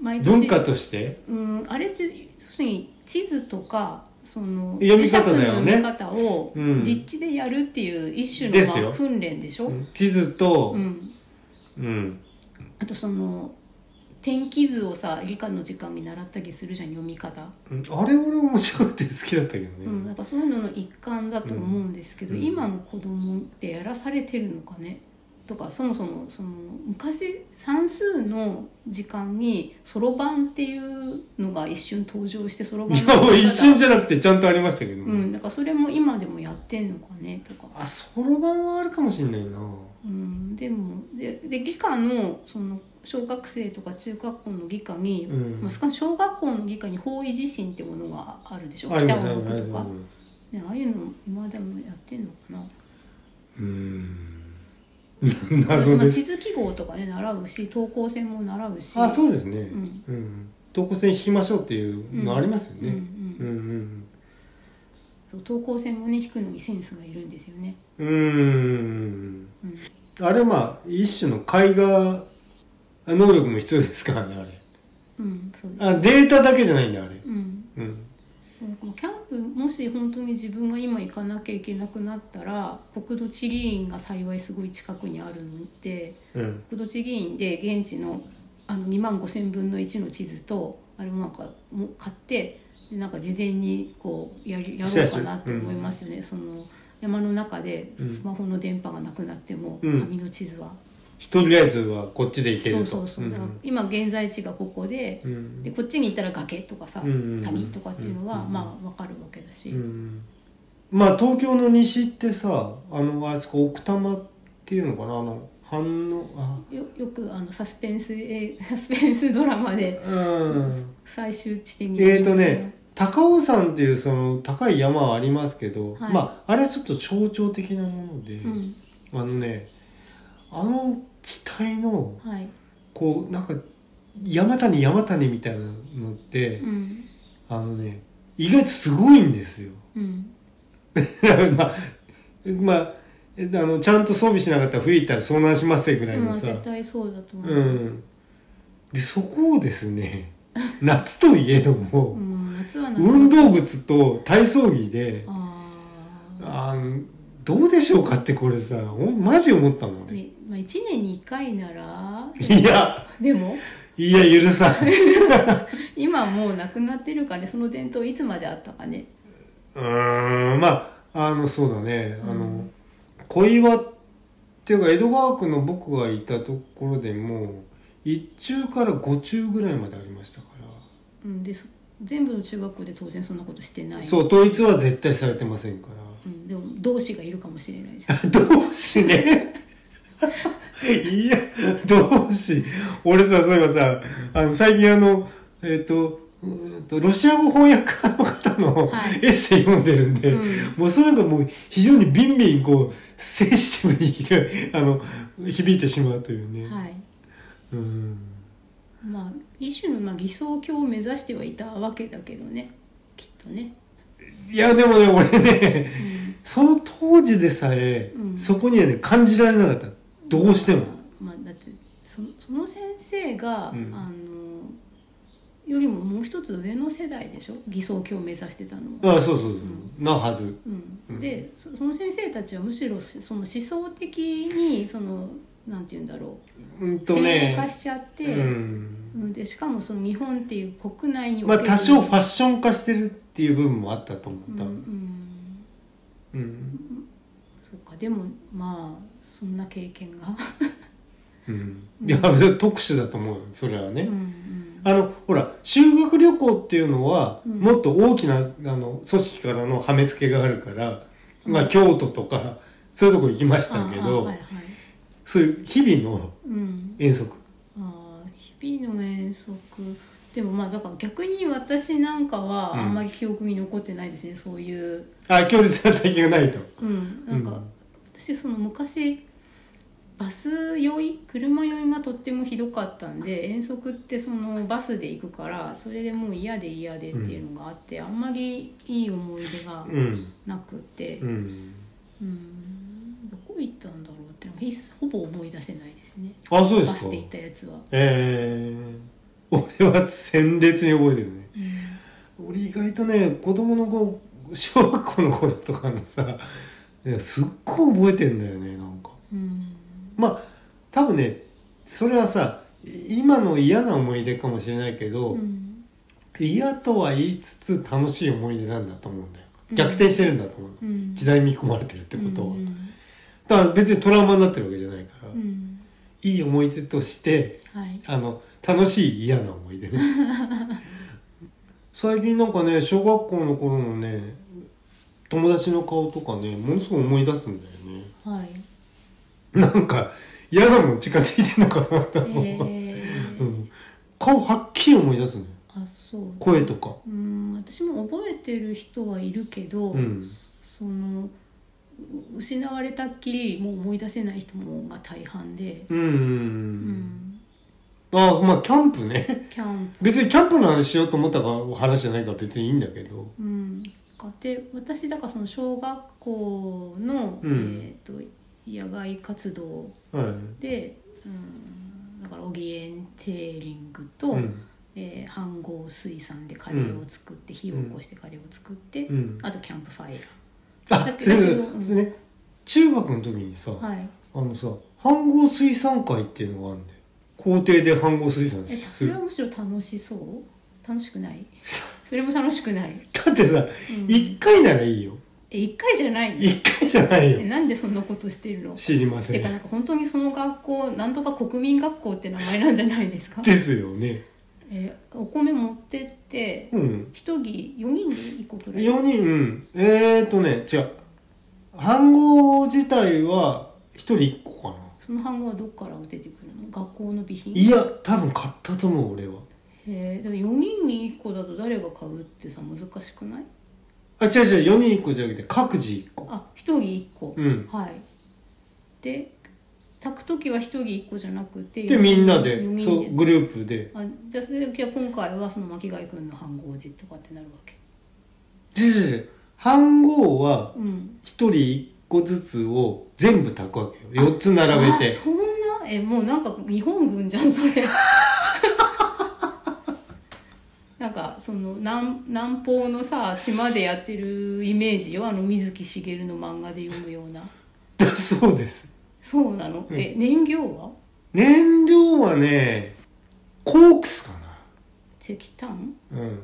S2: 毎年
S1: 文化として
S2: うんあれって要するに地図とかその
S1: 読み方だよね
S2: 磁石の読み方を
S1: うん
S2: 実地でやるっていう一種
S1: です
S2: のま
S1: よ
S2: あ訓練でしょ、
S1: 地図と
S2: う、ん、
S1: うん、
S2: あとその天気図をさ理科の時間に習ったりするじゃん読み方、
S1: うんあれ俺面白くて好きだったけどね、
S2: うん、なんかそういうのの一環だと思うんですけど、
S1: うん
S2: 今の子供ってやらされてるのかねとかそもそもその昔算数の時間にそろばんっていうのが一瞬登場してそろばん
S1: い
S2: の
S1: やもう一瞬
S2: じ
S1: じゃなくてちゃんとありましたけどね、
S2: うん、なんかそれも今でもやってんのかねとか、
S1: あそろばんはあるかもしんないな
S2: うん、でもでで理科のその小学生とか中学校の理科に、
S1: うん
S2: まあ、しかも小学校の理科に方位地震ってものがあるでしょ
S1: あり
S2: 北
S1: ますあ
S2: 方
S1: り
S2: 六
S1: ます
S2: と
S1: あ
S2: か
S1: り、ます
S2: ね、ああいうの今でもやってんのかな
S1: うーん 謎
S2: まあ、
S1: です
S2: 地図記号とかね習うし等高線も習うし
S1: あそううですね
S2: ん
S1: うん投稿線引きましょうっていうのありますよ
S2: うんう
S1: ねうん
S2: ん
S1: うん
S2: そう等高線もね引くのにセンスがいるんですよね、
S1: うんうん
S2: うん、
S1: あれはまあ一種の絵画能力も必要ですからねあれ
S2: うん、そうです
S1: あデータだけじゃないんだあれ
S2: うん
S1: うん
S2: もうキャンプもし本当に自分が今行かなきゃいけなくなったら国土地理院が幸いすごい近くにあるので
S1: うん
S2: 国土地理院で現地のあの2万5千分の1の地図とあれもなんかもう買ってでなんか事前にこうやりやろうかなって思いますよね、その山の中で
S1: うん
S2: スマホの電波がなくなっても
S1: うん
S2: 紙の地図は、
S1: とりあえずはこっちで行ける
S2: そ
S1: と
S2: うそうそう、
S1: うん
S2: だから今現在地がここで
S1: うん
S2: でこっちに行ったら崖とかさ、
S1: うんうんうん
S2: 谷とかっていうのは、
S1: うんうん
S2: まあわかるわけだし。
S1: うんまあ東京の西ってさあのあそこ奥多摩っていうのかなあの反応あ
S2: よよくあのサスペンス映 サスペンスドラマで
S1: うん
S2: 最終地点に
S1: えーとね高尾山っていうその高い山はありますけど、
S2: はい
S1: まああれはちょっと象徴的なもので、
S2: うん
S1: あのねあの地帯の
S2: はい
S1: こうなんか山谷山谷みたいなのって、
S2: うん
S1: あのね意外とすごいんですよ。
S2: うん
S1: まあ、まあ、えあのちゃんと装備しなかったら冬行ったら遭難しますよぐらい
S2: ま
S1: の
S2: あ
S1: さ、
S2: 絶対そうだと思
S1: う
S2: う、
S1: ん、でそこをですね 夏といえど
S2: う
S1: も、
S2: ん、夏は夏
S1: 運動靴と体操着で
S2: ああ
S1: あんどうでしょうかってこれさほんマジ思ったもんね
S2: ねまあ、1年に1回な ら
S1: いや
S2: でも
S1: いや許さん
S2: 今もうなくなってるからねその伝統いつまであったかね
S1: うーんまああのそうだねあの、
S2: うん
S1: 小岩っていうか江戸川区の僕がいたところでもう一中から五中ぐらいまでありましたから。
S2: うんでそ全部の中学校で当然そんなことしてない、
S1: そうう統一は絶対されてませんか
S2: ん、でも同志がいるかもしれないじゃん
S1: ら同志ねいや同志俺さそういえばさあの最近あのえっ、とうーんとロシア語翻訳家の方の
S2: はい
S1: エッセイ読んでるんで、
S2: うん
S1: もうそれがもう非常にビンビンこうセンシティブにあの響いてしまうというね、
S2: はい
S1: うん
S2: まあ一種のまあ偽装教を目指してはいたわけだけどねきっとね、
S1: いやでもね俺
S2: う
S1: ね
S2: ん
S1: その当時でさえ、
S2: うん
S1: そこにはね感じられなかったどうしても。
S2: まあ、だってそその先生が、
S1: うん
S2: あのよりももう一つ上の世代でしょ偽装教を目指してたのは、
S1: あそうそうそう、なはず
S2: うん
S1: うん
S2: でそその先生たちはむしろそその思想的にそのなんて言うんだろ
S1: うん
S2: う
S1: と
S2: 制
S1: ね
S2: 度化しちゃって、
S1: うん、
S2: うんでしかもその日本っていう国内にお
S1: まあ
S2: ける
S1: 多少ファッション化してるっていう部分もあったと思
S2: う
S1: っ
S2: ん、
S1: た、
S2: う
S1: うん
S2: んそうかでもまあそんな経験が、
S1: うん
S2: うん
S1: いや特殊だと思うよそれは
S2: う
S1: ね、
S2: んうん
S1: あのほら修学旅行っていうのは、
S2: うん
S1: もっと大きなあの組織からのはめ付けがあるから、まあ、京都とかそういうとこ行きましたけ
S2: ああ
S1: ど、
S2: はいはい
S1: そういう日々の
S2: うん、
S1: 遠足
S2: ああ日々の遠足でもまあだから逆に私なんかは
S1: うん
S2: あんまり記憶に残ってないですね、そういう
S1: あ強烈な体験がないと、
S2: うんなんか、
S1: うん
S2: 私その昔バス酔い車酔いがとってもひどかったんで遠足ってそのバスで行くからそれでもう嫌で嫌でっていうのがあって、あんまりいい思い出が
S1: うん
S2: なくて、
S1: う
S2: うん
S1: ん
S2: どこ行ったんだろうってのがひほぼ思い出せないですね
S1: あそうで
S2: バ
S1: す
S2: ス
S1: か
S2: で行ったやつは。
S1: えー、俺は鮮烈に覚えてるね
S2: うん
S1: 俺意外とね子供の子小学校の頃とかのさねすっごい覚えてんだよねなんか
S2: うん
S1: まあ多分ねそれはさ今の嫌な思い出かもしれないけど、
S2: うん
S1: 嫌とは言いつつ楽しい思い出なんだと思うんだよ
S2: うん
S1: 逆転してるんだと思う、
S2: うん
S1: 時代に見込まれてるってことは、
S2: うん
S1: だから別にトラウマになってるわけじゃないから、
S2: うんうん
S1: いい思い出として
S2: はい
S1: あの楽しい嫌な思い出ね最近なんかね小学校の頃のね友達の顔とかねものすごい思い出すんだよね
S2: はい。
S1: なんか嫌なもん近づいてんのかな と
S2: え
S1: 思う、
S2: ー
S1: うん、顔はっきり思い出すね
S2: あそう。
S1: 声とか
S2: うん私も覚えてる人はいるけど、
S1: うん
S2: そのう失われたっきりもう思い出せない人もが大半で、
S1: うんうんうん
S2: うん
S1: うんあまあキャンプね
S2: キャンプ、
S1: 別にキャンプの話しようと思ったから話じゃないから別にいいんだけど
S2: うん、かで私だからその小学校の、
S1: うん
S2: えー、と野外活動
S1: はい
S2: で、うん、だからオギエンテーリングと、
S1: うん
S2: えー飯合水産でカレーを作って、火を起こしてカレーを作って、
S1: うん
S2: あとキャンプファイ
S1: あ
S2: だけ
S1: それ
S2: だけど
S1: それね中学の時にさ、
S2: ヤーはい
S1: あのさ飯合水産会っていうのがあるんだよ校庭で飯合水産
S2: え
S1: す
S2: それ
S1: る
S2: はむしろ楽しそう楽しくないそれも楽しくない、
S1: だってさ、
S2: うん
S1: 一1回ならいいよ
S2: え一回じゃないの
S1: 1回じゃないよ
S2: えなんでそんなことしてるの
S1: 知りま
S2: て
S1: せ
S2: かなんんか本当にその学校なんとか国民学校って名前なんじゃないですか、
S1: ですよね
S2: えお米持ってって
S1: うん
S2: 一人4人で1個くらい
S1: 4人うんえー、っとね違う飯合自体は1人1個かな
S2: その飯盒はどっから出てくるの学校の備品
S1: いや多分買ったと思う俺は
S2: えー、でも4人に1個だと誰が買うってさ難しくない
S1: あ違う違う4人1個じゃなくて各自1個
S2: あ一1人1個、
S1: うん
S2: はいで炊く時は1人1個じゃなくて
S1: でみんなで
S2: 4
S1: そ
S2: 人
S1: う
S2: で
S1: グループで
S2: あじゃあそれじゃあ今回はその巻貝君の飯盒でとかってなるわけ
S1: 違う違う違う飯合は
S2: うん
S1: 一人一個ずつを全部炊くわけよ4つ並べ
S2: あ
S1: て
S2: そんなえもうなんか日本軍じゃんそれ なんかその南南方のさ島でやってるイメージよあの水木しげるの漫画で読むような
S1: だ そうです
S2: そうなの、
S1: うん
S2: え燃料は
S1: 燃料はねコークスか
S2: 石炭
S1: なうん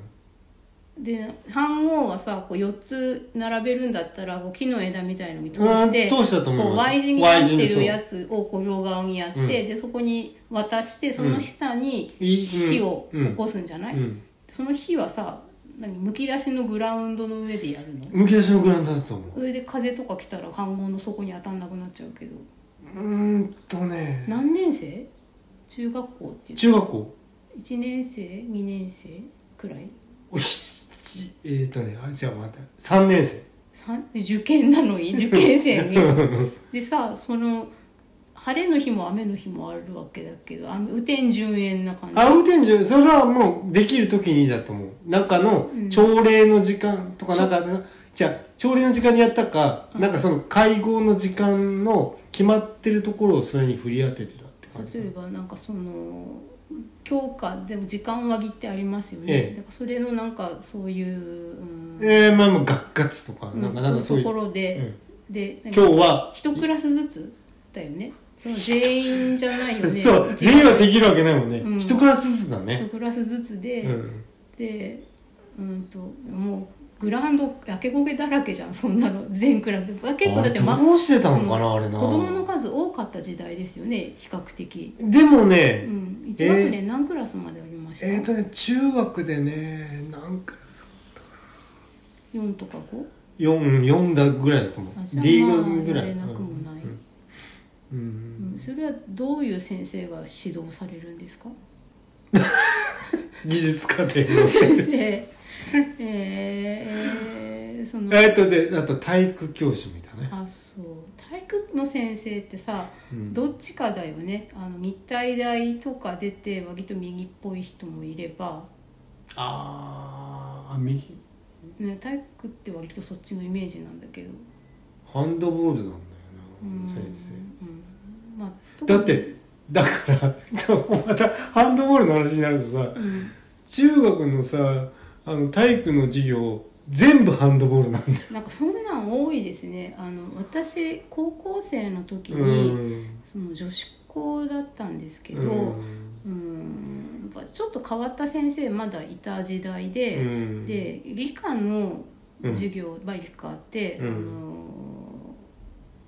S2: で飯盒はさこう4つ並べるんだったらこう木の枝みたいのに通
S1: うん
S2: し
S1: 通
S2: て
S1: したと思います
S2: こう Y 字になって
S1: Y 字にそ
S2: る
S1: う
S2: やつをこう両側にやって、
S1: うん
S2: でそこに渡してその下に
S1: いうん
S2: 火を起こすんじゃない、
S1: うん
S2: その火はさ何むき出しのグラウンドの上でやるの
S1: むき出しのグラウンドだと思う
S2: それで風とか来たら飯盒の底に当たんなくなっちゃうけど
S1: うーんとね
S2: 何年生中学校っていう
S1: 中学校
S2: 1年生2年生くらい
S1: おひえー、とねあじゃあ待って3年生
S2: 三で受験 なのに受験生に
S1: う
S2: でさその晴れの日も雨の日もあるわけだけど雨雨天順延な感じ
S1: あ運転手それはもうできる時にだと思うなんかの
S2: うん
S1: 朝礼の時間とか
S2: ち
S1: な
S2: ょ
S1: んか、じゃあ朝礼の時間にやったか、
S2: うん
S1: なんかその会合の時間の決まってるところをそれに振り当ててたって感じ
S2: 例えばなんかその教科でも時間割ってありますよね、
S1: ええ
S2: だからそれのなんかそういう、うん
S1: えー、まあまあガッガツとか、
S2: うん
S1: なんかなんかそ
S2: そうう
S1: い
S2: いう
S1: う
S2: ところで、
S1: うん
S2: で
S1: 今日は
S2: 一クラスずつだよねその全員じゃないよね
S1: そう全員はできるわけないもんね、
S2: うん
S1: 一クラスずつだ
S2: 一
S1: ね、
S2: クラスずつで、
S1: うん、
S2: でうんともうグラウンド焼け焦げだらけじゃんそんなの全クラスで結構だって、
S1: あ
S2: ま、
S1: どうしてたのか
S2: そ
S1: なあれな
S2: 子供の数多かった時代ですよね比較的、
S1: でも
S2: う
S1: ね、
S2: ん、
S1: え
S2: 1学年何クラスまでありました、
S1: えっ、ー、とね中学でね何クラス
S2: 4とか 5?
S1: 四四だぐらいだと思う
S2: あじゃあ
S1: D
S2: まあ
S1: 組ぐらい
S2: やれなくもない
S1: うんうん
S2: うんそれはどういう先生が指導されるんですか
S1: 技術課程の
S2: 先生えーえでその
S1: えっとであと体育教師もいたね、
S2: あそう体育の先生ってさ
S1: うん、
S2: どっちかだよねあの日体大とか出て割と右っぽい人もいれば、
S1: ああ右
S2: ね、体育って割とそっちのイメージなんだけど、
S1: ハンドボールなんだよ
S2: うん、
S1: な先生
S2: うんまあ、特に
S1: だっ、てだから またハンドボールの話になるとさ
S2: うん
S1: 中学のさあの体育の授業全部ハンドボールなんだよ、
S2: なんかそんなん多いですねあの私高校生の時
S1: う
S2: に、
S1: ん
S2: その女子校だったんですけど、
S1: うん
S2: うんやっぱちょっと変わった先生まだいた時代
S1: う
S2: で、
S1: ん
S2: で理科の
S1: うん
S2: 授業、まあ理科って、
S1: うん
S2: あの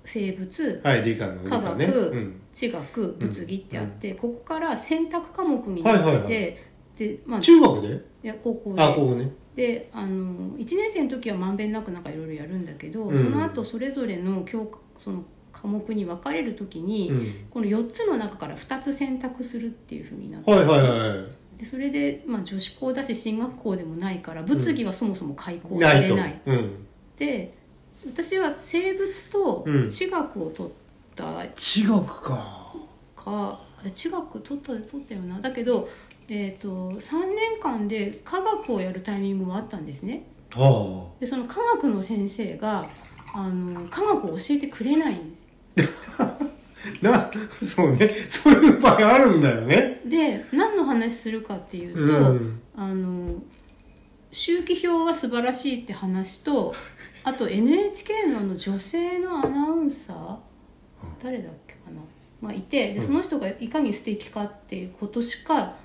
S2: 生物
S1: はい理科の理科ね
S2: 科学
S1: うん
S2: 地学物理ってあって、ここから選択科目に
S1: はい
S2: な
S1: はいは
S2: って
S1: い
S2: て、でまあい
S1: 中学で
S2: や高校で
S1: あここね
S2: であの1年生の時はまんべんなくなんかいろいろやるんだけど、
S1: うん
S2: その後それぞれの教科その科目に分かれる時に、
S1: うん
S2: この4つの中から2つ選択するっていうふうになって、
S1: はいはいはい
S2: でそれで、まあ、女子校だし進学校でもないから物議はそもそも開講さ
S1: ない
S2: れ
S1: と
S2: ない、
S1: うん
S2: で私は生物と
S1: うん
S2: 地学を取った
S1: 地学か
S2: か、え地学取った取ったよなだけど、えー、と3年間で科学をやるタイミングもあったんですね
S1: は
S2: でその科学の先生があの科学を教えてくれないんです
S1: あな そうねそういう場合あるんだよね
S2: で何の話するかっていうと、
S1: うん
S2: あの周期表は素晴らしいって話とあと NHK のあの女性のアナウンサー誰だっけかながいてで
S1: うん
S2: その人がいかに素敵かっていうことしか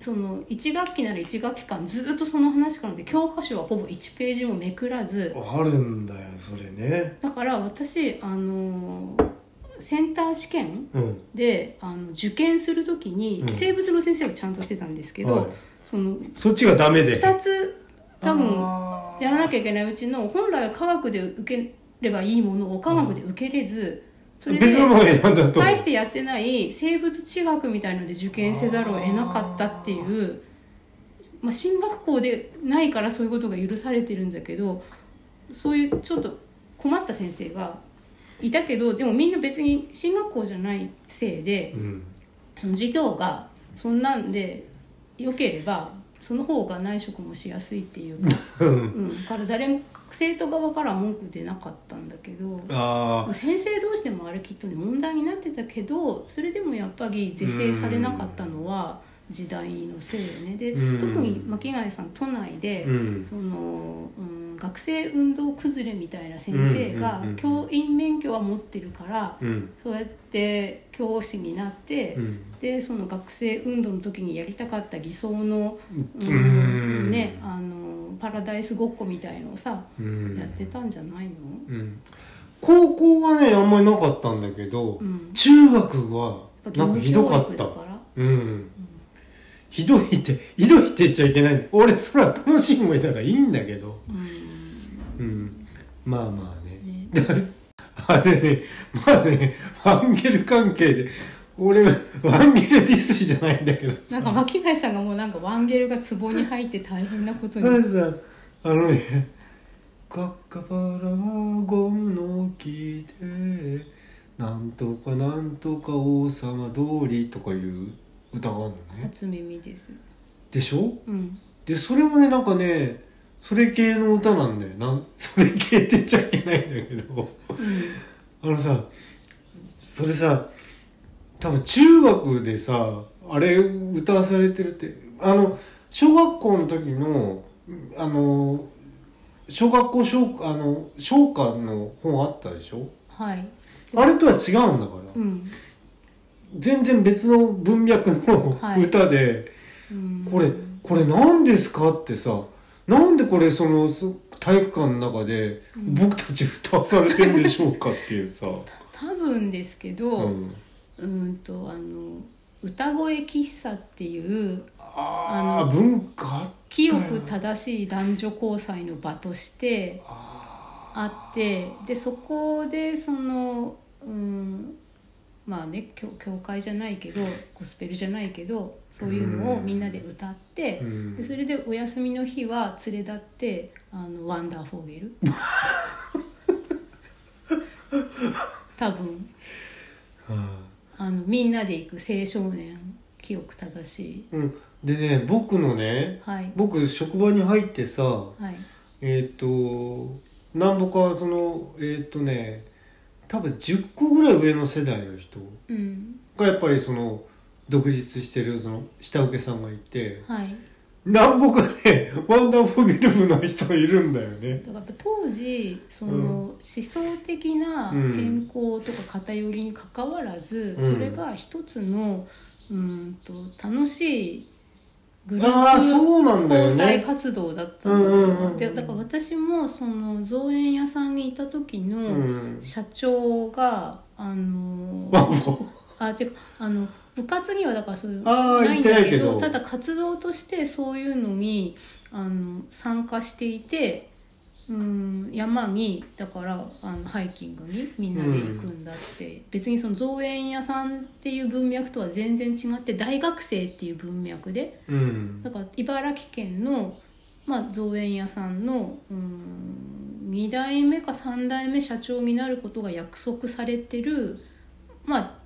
S2: その1学期なら1学期間ずっとその話からで教科書はほぼ1ページもめくらず
S1: あるんだよそれね
S2: だから私あのセンター試験
S1: うん
S2: であの受験する時に
S1: うん
S2: 生物の先生をちゃんとしてたんですけど、
S1: はい
S2: その
S1: そっちがダメで
S2: 2つ多分
S1: あー
S2: やらなきゃいけないうちの本来は科学で受ければいいものを科学で受けれず、それで
S1: 別のものを選んだと
S2: 大してやってない生物地学みたいので受験せざるを得なかったっていうまあ、進学校でないからそういうことが許されてるんだけどそういうちょっと困った先生がいたけどでもみんな別に進学校じゃないせいで
S1: うん
S2: その授業がそんなんで良ければその方が内職もしやすいっていうか。
S1: うん
S2: うん、だから誰も生徒側からは文句出なかったんだけど
S1: ああ
S2: 先生同士でもあれきっと問題になってたけどそれでもやっぱり是正されなかったのは時代のせいよねで
S1: うん
S2: 特に巻貝さん都内で、
S1: うん
S2: その、うん、学生運動崩れみたいな先生が
S1: うんうんうん
S2: 教員免許は持ってるから
S1: うん
S2: そうやって教師になって。
S1: うん
S2: でその学生運動の時にやりたかった偽装の、
S1: う
S2: うんんね、あのパラダイスごっこみたいのをさ、
S1: うん
S2: やってたんじゃないの、
S1: うん高校はねあんまりなかったんだけど
S2: うん、
S1: 中学はなんかひどか
S2: 義務教
S1: っ
S2: 育だ
S1: た
S2: から
S1: うんひどいってひどいって言っちゃいけない俺そら楽しい思いだからいいんだけど
S2: うん
S1: うんまあまあね
S2: ね
S1: あれね、まあね、ワンゲル関係で、俺、ワンゲルディスリじゃないんだけどさ。
S2: なんか巻貝さんがもうなんかワンゲルが壺に入って大変なことに、
S1: なんかさ、あのね、カッカパラゴムの木で、なんとかなんとか王様通りとかいう歌があるのね。
S2: 初耳です、
S1: でしょ
S2: うん、
S1: で、それもね、なんかね、それ系の歌なん だよな。それ系って言っちゃいけないんだけど。
S2: う
S1: あのさそれさ多分中学でさあれ歌わされてるってあの小学校の時のあの小学校小あの小歌の本あったでしょ
S2: ん、はい
S1: あれとは違うんだから、
S2: うん、
S1: 全然別の文脈の
S2: はい
S1: 歌で、
S2: うん、
S1: これこれ何ですかってさなんでこれそのそ体育館の中で
S2: うん
S1: 僕たち歌わされてるんでしょうかっていう さ、
S2: 多分ですけど、
S1: う
S2: うん、
S1: ん
S2: とあの歌声喫茶っていう
S1: ああ
S2: あの
S1: 文化
S2: 清く正しい男女交際の場として
S1: あ
S2: あってでそこでその、うん、まあね教教会じゃないけどゴスペルじゃないけどそういうのをみんなで歌って、
S1: うん
S2: でそれでお休みの日は連れ立ってあのワンダーフォー ゲル多分
S1: はあ
S2: あのみんなで行く青少年記憶正しい
S1: うん、でね僕のね
S2: はい
S1: 僕職場に入ってさ
S2: はい
S1: えっ、となんぼかそのえっ、とね多分10個ぐらい上の世代の人
S2: うん
S1: がやっぱりその独立してるその下請けさんがいて
S2: はい
S1: なんぼか ねワンダーフォーゲル部の人いるんだよね。
S2: だからやっぱ当時その
S1: うん
S2: 思想的な
S1: うん
S2: 変更とか偏りにかかわらず、
S1: うん
S2: それが一つのうーんと楽しいグル
S1: ああ
S2: ー
S1: そうなん
S2: プ
S1: だよ
S2: 交際
S1: ね。
S2: 活動だったんだ
S1: うん
S2: と思う,、
S1: うんうんうん
S2: でだから私もその造園屋さんにいた時
S1: う
S2: の
S1: ん、
S2: 社長が、あの
S1: ワンボー
S2: あてかあの部活にはだからそういう
S1: あー
S2: ないんだ
S1: 行ってない
S2: け
S1: け
S2: ど
S1: ど
S2: ただ活動としてそういうのにあの参加していてうん山にだからあのハイキングにみんなで行くんだって、別にその造園屋さんっていう文脈とは全然違って大学生っていう文脈で
S1: うん
S2: だから茨城県の、まあ、造園屋さんのうん2代目か3代目社長になることが約束されてるまあ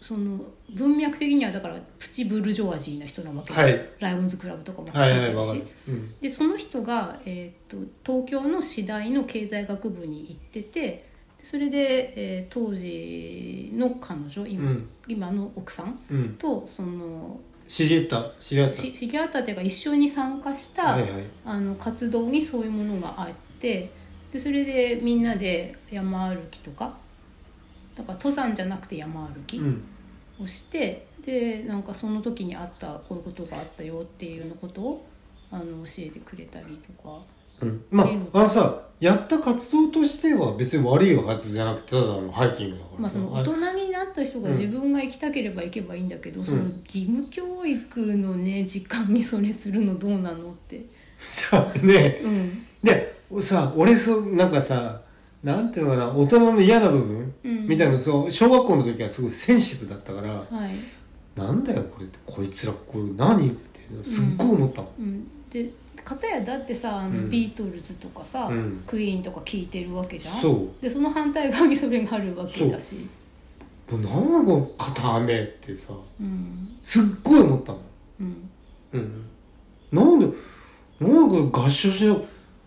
S2: その文脈的にはだからプチブルジョワジーな人なわけじゃん、
S1: はい
S2: ライオンズクラブとかも入
S1: は
S2: っ
S1: いは
S2: て
S1: い
S2: る
S1: わか
S2: し
S1: る。うん
S2: でその人が、えー、と東京の私大の経済学部に行っててでそれで、えー当時の彼女今,、
S1: うん
S2: 今の奥さん
S1: うん、
S2: とその
S1: 知り合った知り合った
S2: し知り合ったというか一緒に参加した、
S1: はいはい
S2: あの活動にそういうものがあってでそれでみんなで山歩きとかだから登山じゃなくて山歩き
S1: うん
S2: をして、でなんかその時にあったこういうことがあったよっていうようなことをあの教えてくれたりとか
S1: うん、まあ
S2: っていうの
S1: あのさやった活動としては別に悪いはずじゃなくてただのハイキングだから、
S2: まあ、その大人になった人が自分が行きたければ行けばいいんだけど、その義務教育のね時間にそれするのどうなのって。
S1: さね
S2: うん
S1: でさ俺そうなんかさなんていうのかな大人の嫌な部分、
S2: うん、
S1: みたいなそう小学校の時はすごいセンシティブだったから
S2: はい
S1: なんだよこれってこいつらこれ何ってすっごい思ったもん、
S2: うん、で片やだってさあの、
S1: うん
S2: ビートルズとかさ、
S1: うん
S2: クイーンとか聴いてるわけじゃん
S1: そう
S2: でその反対側にそれがあるわけだし
S1: もうなんだこの片雨ってさ
S2: うん
S1: すっごい思ったもん
S2: うん
S1: うん、なんでなんか合唱しよう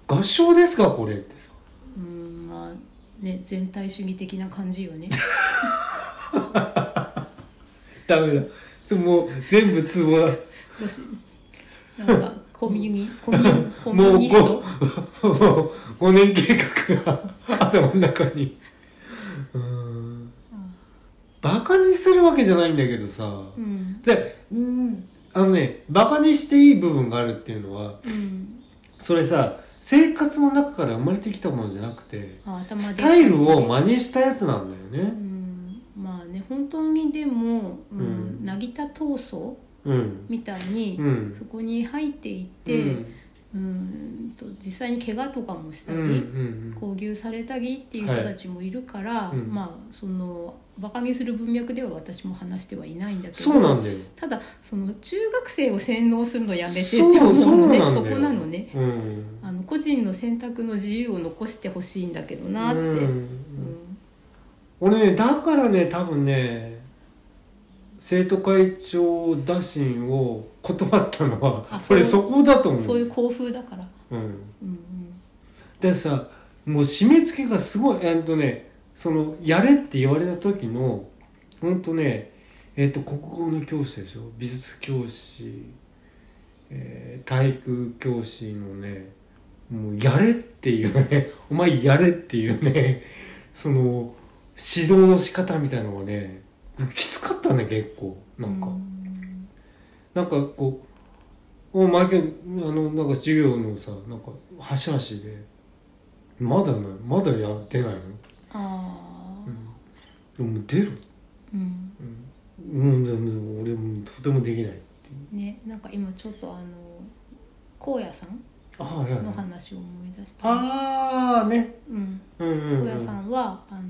S1: 合唱ですかこれってさ
S2: うんまあね全体主義的な感じよね
S1: ダメだつもう全部ツボだ
S2: ロシなんかコミュニコミュコミ
S1: も
S2: ュ
S1: う
S2: ニスト
S1: 5もう5年計画が 頭の中にうーんバカにするわけじゃないんだけどさ
S2: うん
S1: でうんあのねバカにしていい部分があるっていうのは
S2: うん
S1: それさ生活の中から生まれてきたものじゃなくて
S2: あ頭で
S1: スタイルを真似したやつなんだよ
S2: う
S1: ね
S2: んまあね本当にでも、う、
S1: うんん
S2: なぎた闘争
S1: うん
S2: みたいに、
S1: うん
S2: そこに入っていって、
S1: うん
S2: うーんと実際に怪我とかもした
S1: う
S2: り、
S1: んうん
S2: 購入されたりっていう人たちもいるから、
S1: いうん
S2: まあそのバカにする文脈では私も話してはいないんだけど
S1: そうなんだよ
S2: ただその中学生を洗脳するのやめてって
S1: そう
S2: 思うのね
S1: そうな
S2: そ
S1: んだよ
S2: こなのね
S1: うん
S2: あの個人の選択の自由を残してほしいんだけどなって、う
S1: うん俺ねだからね多分ね生徒会長打診を断ったのは
S2: あそう
S1: 俺そこだと思う
S2: そういう校風だから、
S1: うん、
S2: うん
S1: でさもう締め付けがすごいえっとねそのやれって言われた時のほんとねえっと国語の教師でしょ美術教師、えー体育教師のねもうやれっていうね お前やれっていうねその指導の仕方みたいのがねきつかったね結構
S2: う
S1: なんか、
S2: ん
S1: なんかこうお前けあのなんか授業のさなんか端々で「まだなまだやってないの?
S2: あ
S1: う
S2: ー
S1: ん」でも出る、
S2: うん
S1: うん、うんでも俺もとてもできないっていう
S2: ねなんか今ちょっとあの高野さん
S1: ああいやい
S2: の
S1: や
S2: 話を思い出した、
S1: ああね
S2: うん、
S1: うんうん、うん、
S2: 高野さんはあの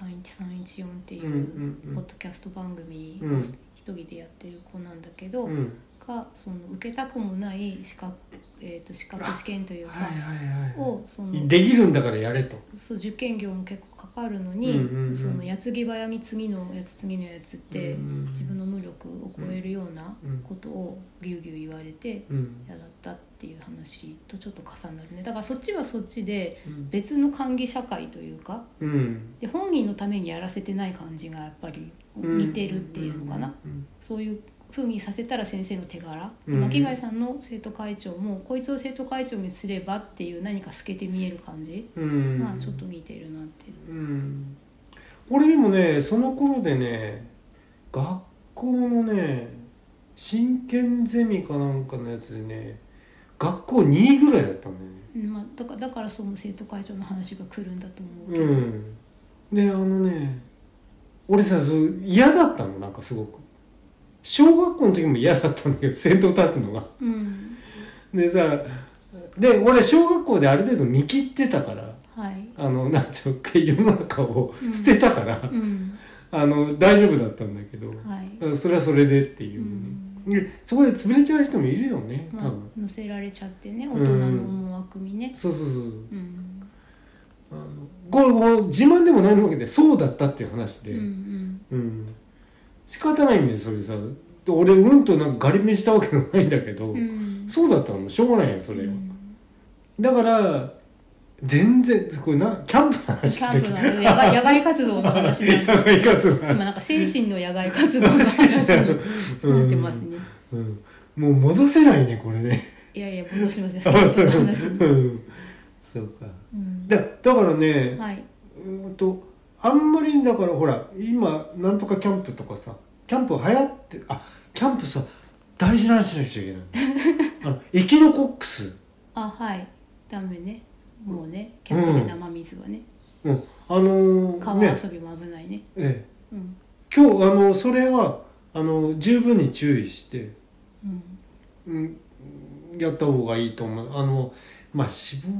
S2: 58.31314ってい
S1: うん
S2: う
S1: うんうん
S2: ポッドキャスト番組
S1: う
S2: を
S1: ん
S2: 一人でやってる子なんだけど、
S1: うん
S2: がその受けたくもない資格,、えー、と資格試験というか、
S1: はいはいは
S2: をその
S1: いできるんだからやれと
S2: そう受験業も結構かかるのに、
S1: うんうんうん
S2: その矢継ぎ早に次のやつ次のやつって、
S1: うん
S2: 自分の無力を超えるような
S1: うん
S2: ことをぎゅうぎゅう言われて
S1: うん
S2: 嫌だったっていう話とちょっと重なるねだからそっちはそっちで
S1: うん
S2: 別の管理社会というか
S1: うん
S2: で本人のためにやらせてない感じがやっぱり似てるっていうのかな、
S1: うん
S2: そういう風にさせたら先生の手柄、
S1: うん
S2: 巻貝さんの生徒会長もこいつを生徒会長にすればっていう何か透けて見える感じ
S1: うんうん
S2: がちょっと似てるなっていう。
S1: うん俺でもねその頃でね学校のね真剣ゼミかなんかのやつでね学校2位ぐらいだったんだよね
S2: うんまあ、だからだからその生徒会長の話が来るんだと思うけど、
S1: うんであのね俺さそう嫌だったのなんかすごく小学校の時も嫌だったんだけど 先頭立つのが
S2: うん、
S1: でさで俺小学校である程度見切ってたから
S2: はい、
S1: あのなんていうか世の中を捨てたから、
S2: うん、
S1: あの大丈夫だったんだけど、
S2: はい、
S1: うんそれはそれでっていう、
S2: うん
S1: でそこで潰れちゃう人もいるよね多
S2: まあ
S1: 分、
S2: 乗せられちゃってね大人の思惑にね、
S1: そうそうそう
S2: うん、
S1: あのこれもう自慢でもないわけでそうだったっていう話
S2: う
S1: で、
S2: ん、うん、
S1: うん仕方ないんだよそれさで俺うんとなんかガリ見したわけじゃないんだけど、
S2: うん、
S1: そうだったのしょうがないよそれは、
S2: うん
S1: だから全然これなキャンプの
S2: キ
S1: 話
S2: ャンプの野 外野外活動の話なんです
S1: いかつな
S2: 今なんか精神の野外活動の話になってますね、
S1: うん、もう戻せないねこれね
S2: いやいや戻 しますよキャンプの話に、
S1: うんそうか
S2: うん、
S1: だだからね、
S2: はいう
S1: ーんとあんまりだからほら今なんとかキャンプとかさキャンプ流行ってあキャンプさ大事な話しなくちゃいけない のあのエキノコックス、
S2: あはいダメねもうねキャンプで生水はね
S1: うん、あのー
S2: 川
S1: ね
S2: 遊びも危ないね
S1: ええ
S2: うん
S1: 今日あのそれはあの十分に注意して、
S2: うん
S1: うん、やった方がいいと思うあのまあ死亡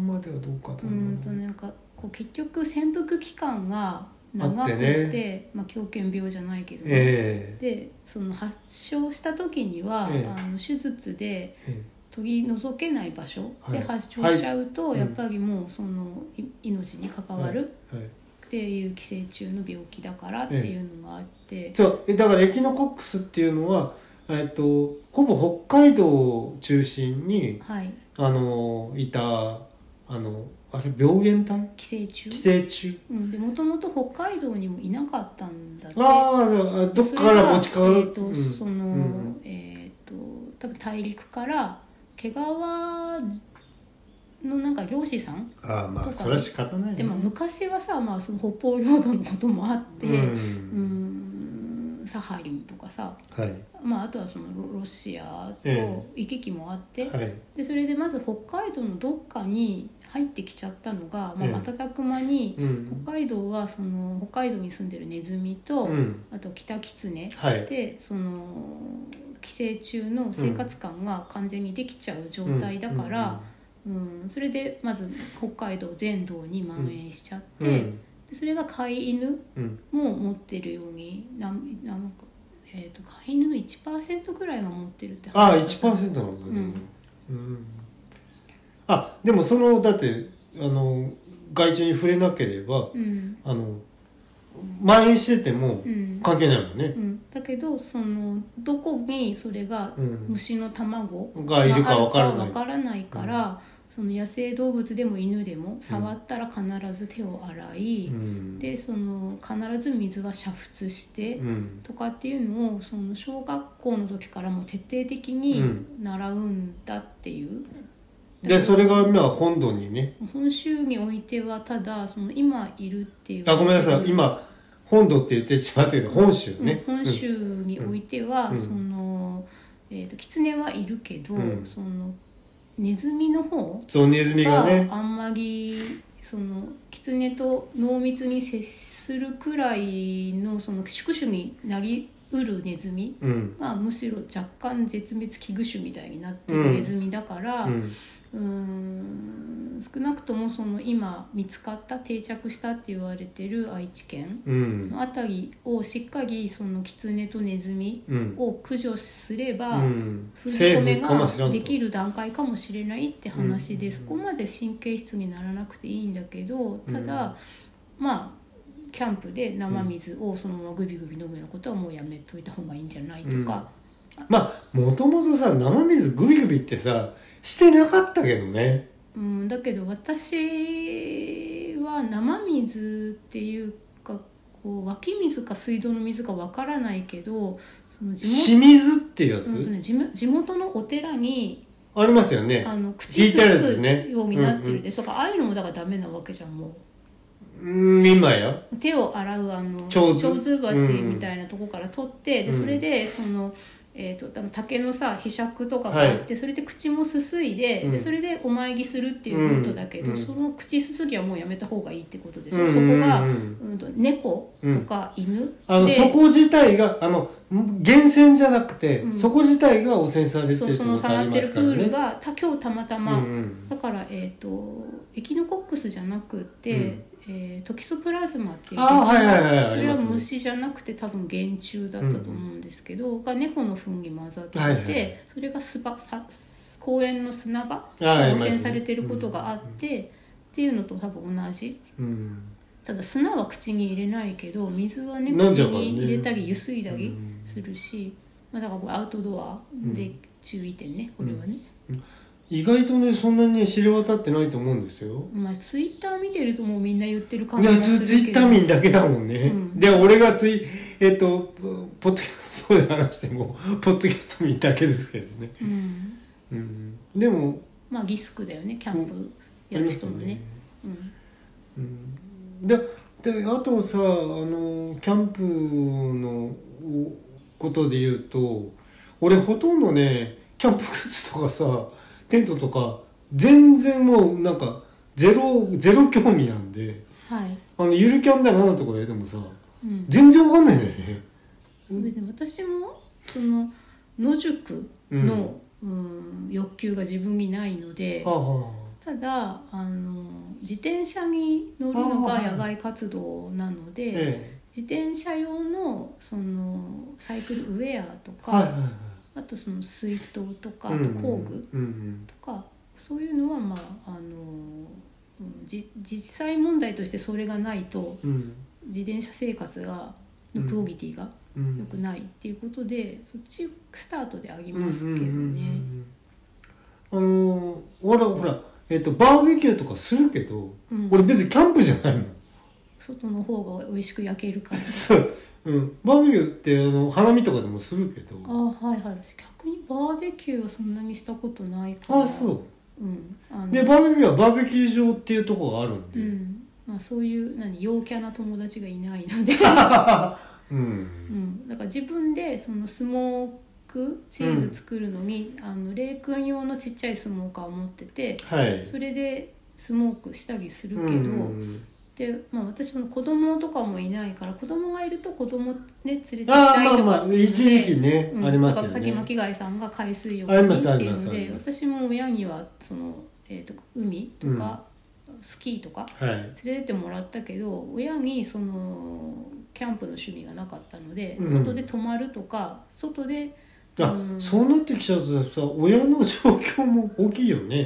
S1: まではどうかだ
S2: う
S1: な、
S2: んとなんかこう結局潜伏期間が長くて
S1: あって
S2: まあ、狂犬病じゃないけど、ね
S1: え
S2: でその発症した時には、
S1: ええ
S2: あの手術で
S1: ええ
S2: 取り除けない場所
S1: はい
S2: で発症しちゃうと、
S1: はい
S2: やっぱりもうそのい命に関わる
S1: えはい
S2: っていう寄生虫の病気だからっていうのがあって、
S1: そうえだからエキノコックスっていうのは、えっと、ほぼ北海道を中心に
S2: はい
S1: あのいたあのあれ病原体
S2: 寄生虫
S1: 寄生虫
S2: うん、でもともと北海道にもいなかったんだって
S1: ああそうあどっから持ち帰
S2: それがえ
S1: る
S2: ーと
S1: うん
S2: その、
S1: うん
S2: えっ、と多分大陸から毛皮のなんか漁師さん、
S1: ああまあ
S2: とか
S1: それは仕方ないね
S2: でまあ昔はさ、まあ、その北方領土のこともあって、
S1: う
S2: うんーんサハリンとかさ、
S1: はい
S2: まあ、あとはそのロロシアと
S1: え
S2: 行き来もあって、
S1: はい
S2: でそれでまず北海道のどっかに入ってきちゃったのが、まあ、
S1: ええ
S2: 瞬く間に
S1: うん
S2: 北海道はその北海道に住んでるネズミと、
S1: うん
S2: あとキタキツネ
S1: はい
S2: でその寄生虫の生活感が完全にできちゃう状態だから、うんそれでまず北海道全土に蔓延しちゃって、
S1: うんうん
S2: でそれが飼い犬
S1: うん
S2: も持ってるようになんなんか、えー、と飼い犬の1%ぐらいが持ってるって
S1: ああ
S2: だった
S1: 1%なんだけど、うんあでもそのだってあの害虫に触れなければ
S2: うん
S1: あの蔓延してても
S2: うん
S1: 関係ないもん
S2: う
S1: ね、
S2: ん、だけどそのどこにそれが
S1: うん
S2: 虫の卵
S1: がいるかわから
S2: があ
S1: な
S2: る
S1: い
S2: かわからないから、その野生動物でも犬でも触ったら必ず手を洗い、
S1: うん
S2: でその必ず水は煮沸して、
S1: うん
S2: とかっていうのをその小学校の時からもう徹底的に
S1: うん
S2: 習うんだっていう。
S1: でそれが今本土にね
S2: 本州においてはただその今いるっていう
S1: あごめんなさい今本土って言ってしまったけど本州
S2: うん
S1: ね、
S2: 本州においては、
S1: うん
S2: その、えー、と狐はいるけど、
S1: うん
S2: そのネズミの方
S1: うんそうネズミが
S2: が
S1: ね
S2: あんまりその狐と濃密に接するくらいのその宿主になりうるネズミ
S1: うん
S2: がむしろ若干絶滅危惧種みたいになってるネズミだから、
S1: うん
S2: うーん少なくともその今見つかった定着したって言われてる愛知県
S1: うん
S2: の辺りをしっかりその狐とネズミ
S1: うん
S2: を駆除すれば、
S1: うん
S2: 封じ込め
S1: 政府かもしら
S2: が
S1: んと
S2: できる段階かもしれないって話で、
S1: うん
S2: そこまで神経質にならなくていいんだけどただ、まあキャンプで生水をそのままグビグビ飲むようなことはもうやめといた方がいいんじゃないとか、
S1: まあもともとさ生水グビグビってさしてなかったけどね
S2: うんだけど私は生水っていうかこう湧き水か水道の水かわからないけどその地元
S1: 清水っていうやつ、
S2: うんとね地元地元のお寺に
S1: ありますよね
S2: あの口
S1: 引い
S2: つ
S1: てあるやつね
S2: くようになってるでしょ、だからああいうのもだからダメなわけじゃんも
S1: うん今や
S2: う手を洗うあの
S1: 蝶々
S2: 鉢みたいなとこから取って、
S1: う
S2: で
S1: ん
S2: それでその、えー、とあの竹のさひしゃくとかがあって、それで口もすすいで,、
S1: うん
S2: でそれでお参りするっていうルートだけど、
S1: うんうん
S2: その口すすぎはもうやめた方がいいってことでしょ、
S1: うん
S2: そこ
S1: う
S2: が、
S1: ん
S2: うん、と猫とか犬、
S1: あの
S2: で
S1: そこ自体があの源泉じゃなくて、
S2: うん
S1: そこ自体が汚染されてるって
S2: そう
S1: こ
S2: その
S1: とあ
S2: 触
S1: り
S2: っ
S1: ま
S2: てる
S1: す
S2: プ
S1: から
S2: ール
S1: ね。
S2: が他今日たまた
S1: うん
S2: ま、だから、えー、とエキノコックスじゃなくて、
S1: うん
S2: えートキソプラズマっていう
S1: あーはいはいはい
S2: そ
S1: あり
S2: れ
S1: ま
S2: は
S1: すね
S2: 虫じゃなくて多分原虫だったと思うんですけど、が猫の糞に混ざっていて、
S1: はいはいはい
S2: それがすばさ公園の砂場
S1: あーあ
S2: が
S1: り
S2: 汚
S1: ますね
S2: 染されてることがあって、っていうのと多分同じ
S1: うんうん
S2: ただ砂は口に入れないけど水はね
S1: 飲ん
S2: 口
S1: じゃうからね
S2: に入れたりゆすいだ
S1: う
S2: り
S1: ん
S2: するし、まあ、だからこれアウトドアで注意点ね、これはね。
S1: 意外とねそんなに知れ渡ってないと思うんですよ。
S2: まあ、ツイッター見てるともうみんな言ってる感
S1: い
S2: じ
S1: や
S2: がする
S1: ツ
S2: けど
S1: ツイッター民だけだもんね。
S2: うん
S1: で俺がついえっ、とポッドキャストで話してもポッドキャスト民だけですけどね。
S2: うん、
S1: うん、でも
S2: まあリスクだよねキャンプやる人もね。うん
S1: うんでであとさあのキャンプのおことで言うと俺ほとんどねキャンプグッズとかさテントとか全然もうなんかゼロゼロ興味なんで
S2: はい
S1: あのゆるキャンだなとか言うてもさ
S2: うん、
S1: 全然わかんないんだよね。
S2: 別に私もその野宿の、うん、欲求が自分にないので
S1: はあは
S2: ただあの自転車に乗るの
S1: あ
S2: が
S1: ー
S2: 野外活動なの
S1: あ、
S2: で、
S1: え
S2: 自転車用のそのサイクルウェアと
S1: え
S2: か、
S1: はいはいはい。
S2: あとその水筒とか、あ
S1: う
S2: と
S1: ん
S2: 工具、
S1: うんうん
S2: とかそういうのはまああのうんじ実際問題としてそれがないと
S1: うん
S2: 自転車生活が
S1: う
S2: の
S1: ん
S2: クオリティが
S1: うん
S2: 良くないっていうことで、そっちスタートであげ
S1: うんうん
S2: ますけどね、
S1: うんうんうんあのー、ほらほら、えっとバーベキューとかするけど、
S2: うん
S1: 俺別にキャンプじゃないもん
S2: 外の方が美味しく焼け るから
S1: そう、うん、バーベキューってあの花見とかでもするけど
S2: ああはいはい私逆にバーベキューはそんなにしたことないから、
S1: あそう
S2: うん、あ
S1: う
S2: の
S1: でバーベキューはバーベキュー場っていうところがあるん
S2: う
S1: で、
S2: んまあ、そういう何陽キャな友達がいないので
S1: うん
S2: うん、だから自分でそのスモークチーズ作るのに、あのレイ君用のちっちゃいスモーカーを持ってて
S1: はい
S2: それでスモークしたりするけど、
S1: うん
S2: でまあ、私も子供とかもいないから子供がいると子供ね連れて行き
S1: ああ
S2: たい
S1: まあ
S2: とか
S1: まあ一時期ね、
S2: うん
S1: ありました
S2: だ
S1: よ
S2: からさっき
S1: ね
S2: 巻貝さんが海水浴
S1: あり
S2: に
S1: ま
S2: っ
S1: すあ
S2: て
S1: り
S2: いう
S1: ます
S2: の
S1: あり
S2: で
S1: ます
S2: 私も親にはその、えー、と海とか、スキーとか
S1: はい
S2: 連れてってもらったけど親にそのキャンプの趣味がなかったので、
S1: うん
S2: 外で泊まるとか外で
S1: あ、
S2: うん
S1: そうなってきちゃうとさ親の状況も大きいよね、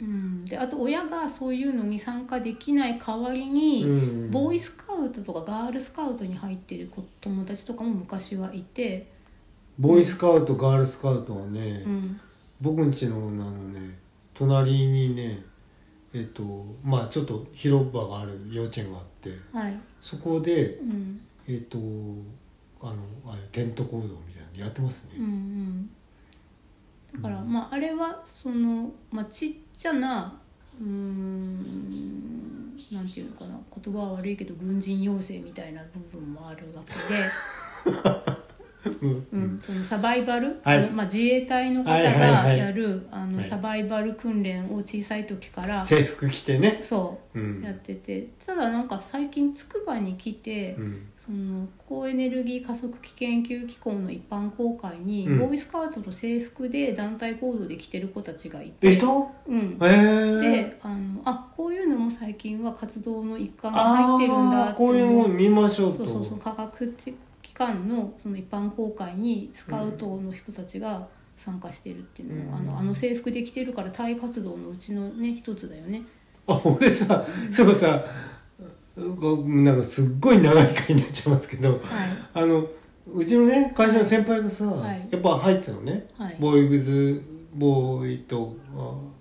S2: うんであと親がそういうのに参加できない代わり
S1: う
S2: に、
S1: ん、
S2: ボーイスカウトとかガールスカウトに入ってる子友達とかも昔はいて、
S1: ボーイスカウトガールスカウトはね、
S2: うん
S1: 僕ん家のあのね隣にねえっとまあちょっと広場がある幼稚園があって
S2: はい
S1: そこで
S2: うん
S1: えっとあのああいうテント行動みたいなのやってます
S2: うんう
S1: ね、
S2: ん、だから、
S1: う
S2: まああれはその、まあ、ちっちゃなうーんなんていうのかな言葉は悪いけど軍人養成みたいな部分もあるわけで
S1: うん
S2: うんそのサバイバル、
S1: はい
S2: あのまあ、自衛隊の方
S1: はいはい
S2: が
S1: はい
S2: やるあの
S1: はい
S2: サバイバル訓練を小さい時から
S1: 制服着てね、
S2: そううやっ
S1: ん
S2: ててただなんか最近つくばに来て、
S1: うん、
S2: その高エネルギー加速器研究機構の一般公開に、
S1: うん
S2: ボーイスカートの制服で団体行動で着てる子たちがいて
S1: で人
S2: うん、
S1: えー、
S2: であのあこういうのも最近は活動の一環に
S1: あ
S2: 入ってるんだ
S1: ーこういう
S2: 思
S1: の
S2: う
S1: を見ましょう
S2: そ
S1: と
S2: うそうそう科学機関のその一般公開にスカウトの人たちが参加してるっていうのを、
S1: うん
S2: あのあの制服で着てるから体活動のうちのね一つだよね
S1: あ俺さそうさこうなんかすっごい長い回になっちゃいますけど
S2: はい
S1: あのうちのね会社の先輩がさ、
S2: はい
S1: やっぱ入ってたのね、
S2: はい
S1: ボーイグズボーイと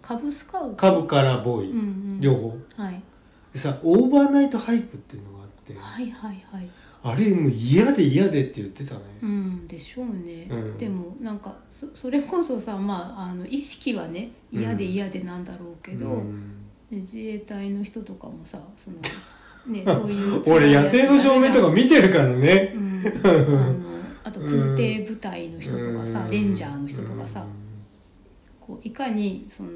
S2: 株スカウ
S1: あ
S2: ト、
S1: 株からボーイ、
S2: うんうん、
S1: 両方
S2: はい
S1: でさオーバーナイト俳句っていうのがあって
S2: はいはいはい
S1: あれもう嫌で嫌でって言ってたね、
S2: うんでしょうね、
S1: うん
S2: でもなんかそそれこそさ、まあ、あの意識はね嫌で嫌でなんだろうけど、
S1: うん
S2: ね自衛隊の人とかもさその、 ね、そういう
S1: 俺野生の照明とか見てるからね
S2: うん、あのあと空挺部隊の人とかさ、
S1: うん
S2: レンジャーの人とかさ、
S1: う
S2: こういかにその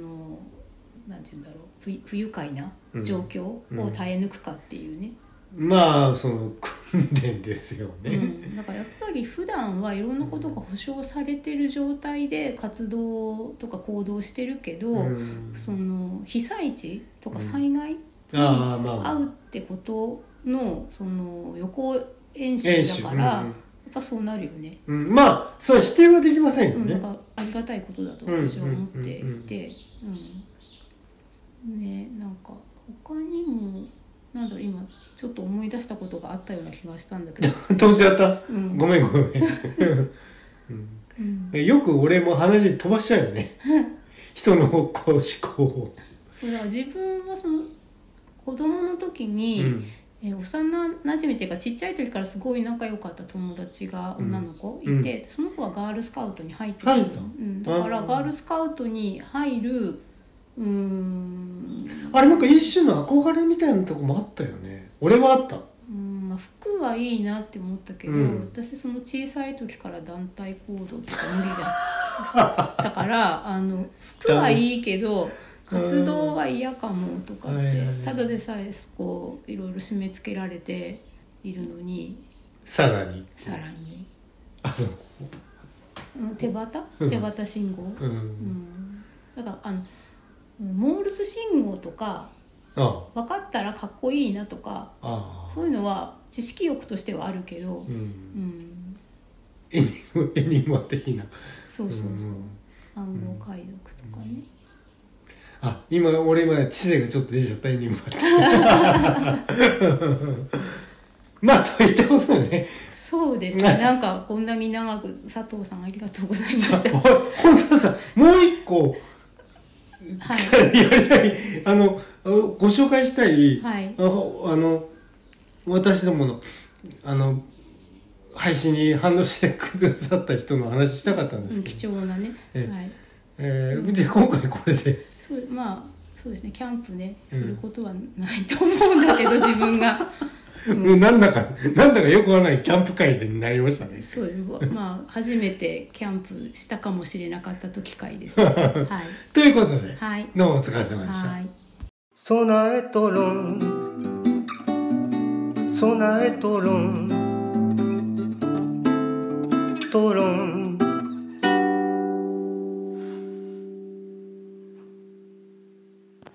S2: なんて言うんだろう不不愉快な状況を耐え抜くかっていうね、
S1: んまあその訓練ですよ
S2: う
S1: ね、
S2: ん、だからやっぱり普段はいろんなことが保障されてる状態で活動とか行動してるけど、
S1: うん
S2: その被災地とか
S1: うん
S2: 災害に
S1: あーまあまあ
S2: 遭うってことのその予行演
S1: 演
S2: 習
S1: 習
S2: だから、
S1: うん
S2: やっぱそうなるよね。
S1: うんうんまあそれは否定はできませんよ
S2: うん、
S1: ね、
S2: なんかありがたいことだと私は思っていて、うん、ね、なんか他にも。なんだろう今ちょっと思い出したことがあったような気がしたん だけど、
S1: 飛んじゃった
S2: うん、
S1: ごめんごめ ん、
S2: うん
S1: う、んよく俺も話飛ばしちゃうよ ね人のこう思考を、
S2: だから自分はその子供の時
S1: う
S2: に、
S1: ん
S2: えー幼なじみっていうかちっちゃい時からすごい仲良かった友達が女の子いて、
S1: うん
S2: その子はガールスカウトに入って
S1: 入
S2: う
S1: ったの
S2: ん、だから
S1: あー
S2: ガールスカウトに入るうーん
S1: あれなんか一種の憧れみたいなとこもあったよね俺はあった
S2: うんまあ、服はいいなって思ったけど、
S1: うん
S2: 私その小さい時から団体行動とか無理だだ からあの服はいいけど活動は嫌かもとかっ
S1: はい
S2: て
S1: はいはい
S2: ただでさえこういろいろ締め付けられているのに
S1: さらに
S2: さらに、
S1: あの
S2: うん、手旗
S1: うん
S2: 手旗信号、
S1: うん、
S2: うん、だからあのモールス信号とか
S1: あ
S2: 分かったらかっこいいなとか
S1: あ
S2: そういうのは知識欲としてはあるけど
S1: う、
S2: うんん、
S1: エニグエニグマ的な
S2: そうそうそう、
S1: うん
S2: 暗号解読とかね、
S1: あ今俺今知性がちょっと出ちゃったエニグマって まあといったことでね
S2: そうです
S1: ね
S2: ねなんかこんなに長く佐藤さんありがとうございま
S1: じゃ
S2: し
S1: あ
S2: た
S1: 本当はさもう一個
S2: は い
S1: やりたいあのご紹介したい、
S2: はい
S1: ああの私どものあの配信に反応してくださった人の話したかったんで
S2: う
S1: す
S2: ん
S1: けど、
S2: 貴重なね、
S1: ええ
S2: はい
S1: えーじゃあ今回これで
S2: そうまあそうですねキャンプね
S1: う
S2: す
S1: ん
S2: ることはないと思うんだけど、自分が
S1: もうなんだかなんだかよくわからないキャンプ会になりましたね。
S2: そうですまあ初めてキャンプしたかもしれなかった時会ですね はい
S1: ということで、
S2: はい
S1: どうもお疲れ様でした。
S2: はい
S3: 備えとろん備えとろんとろん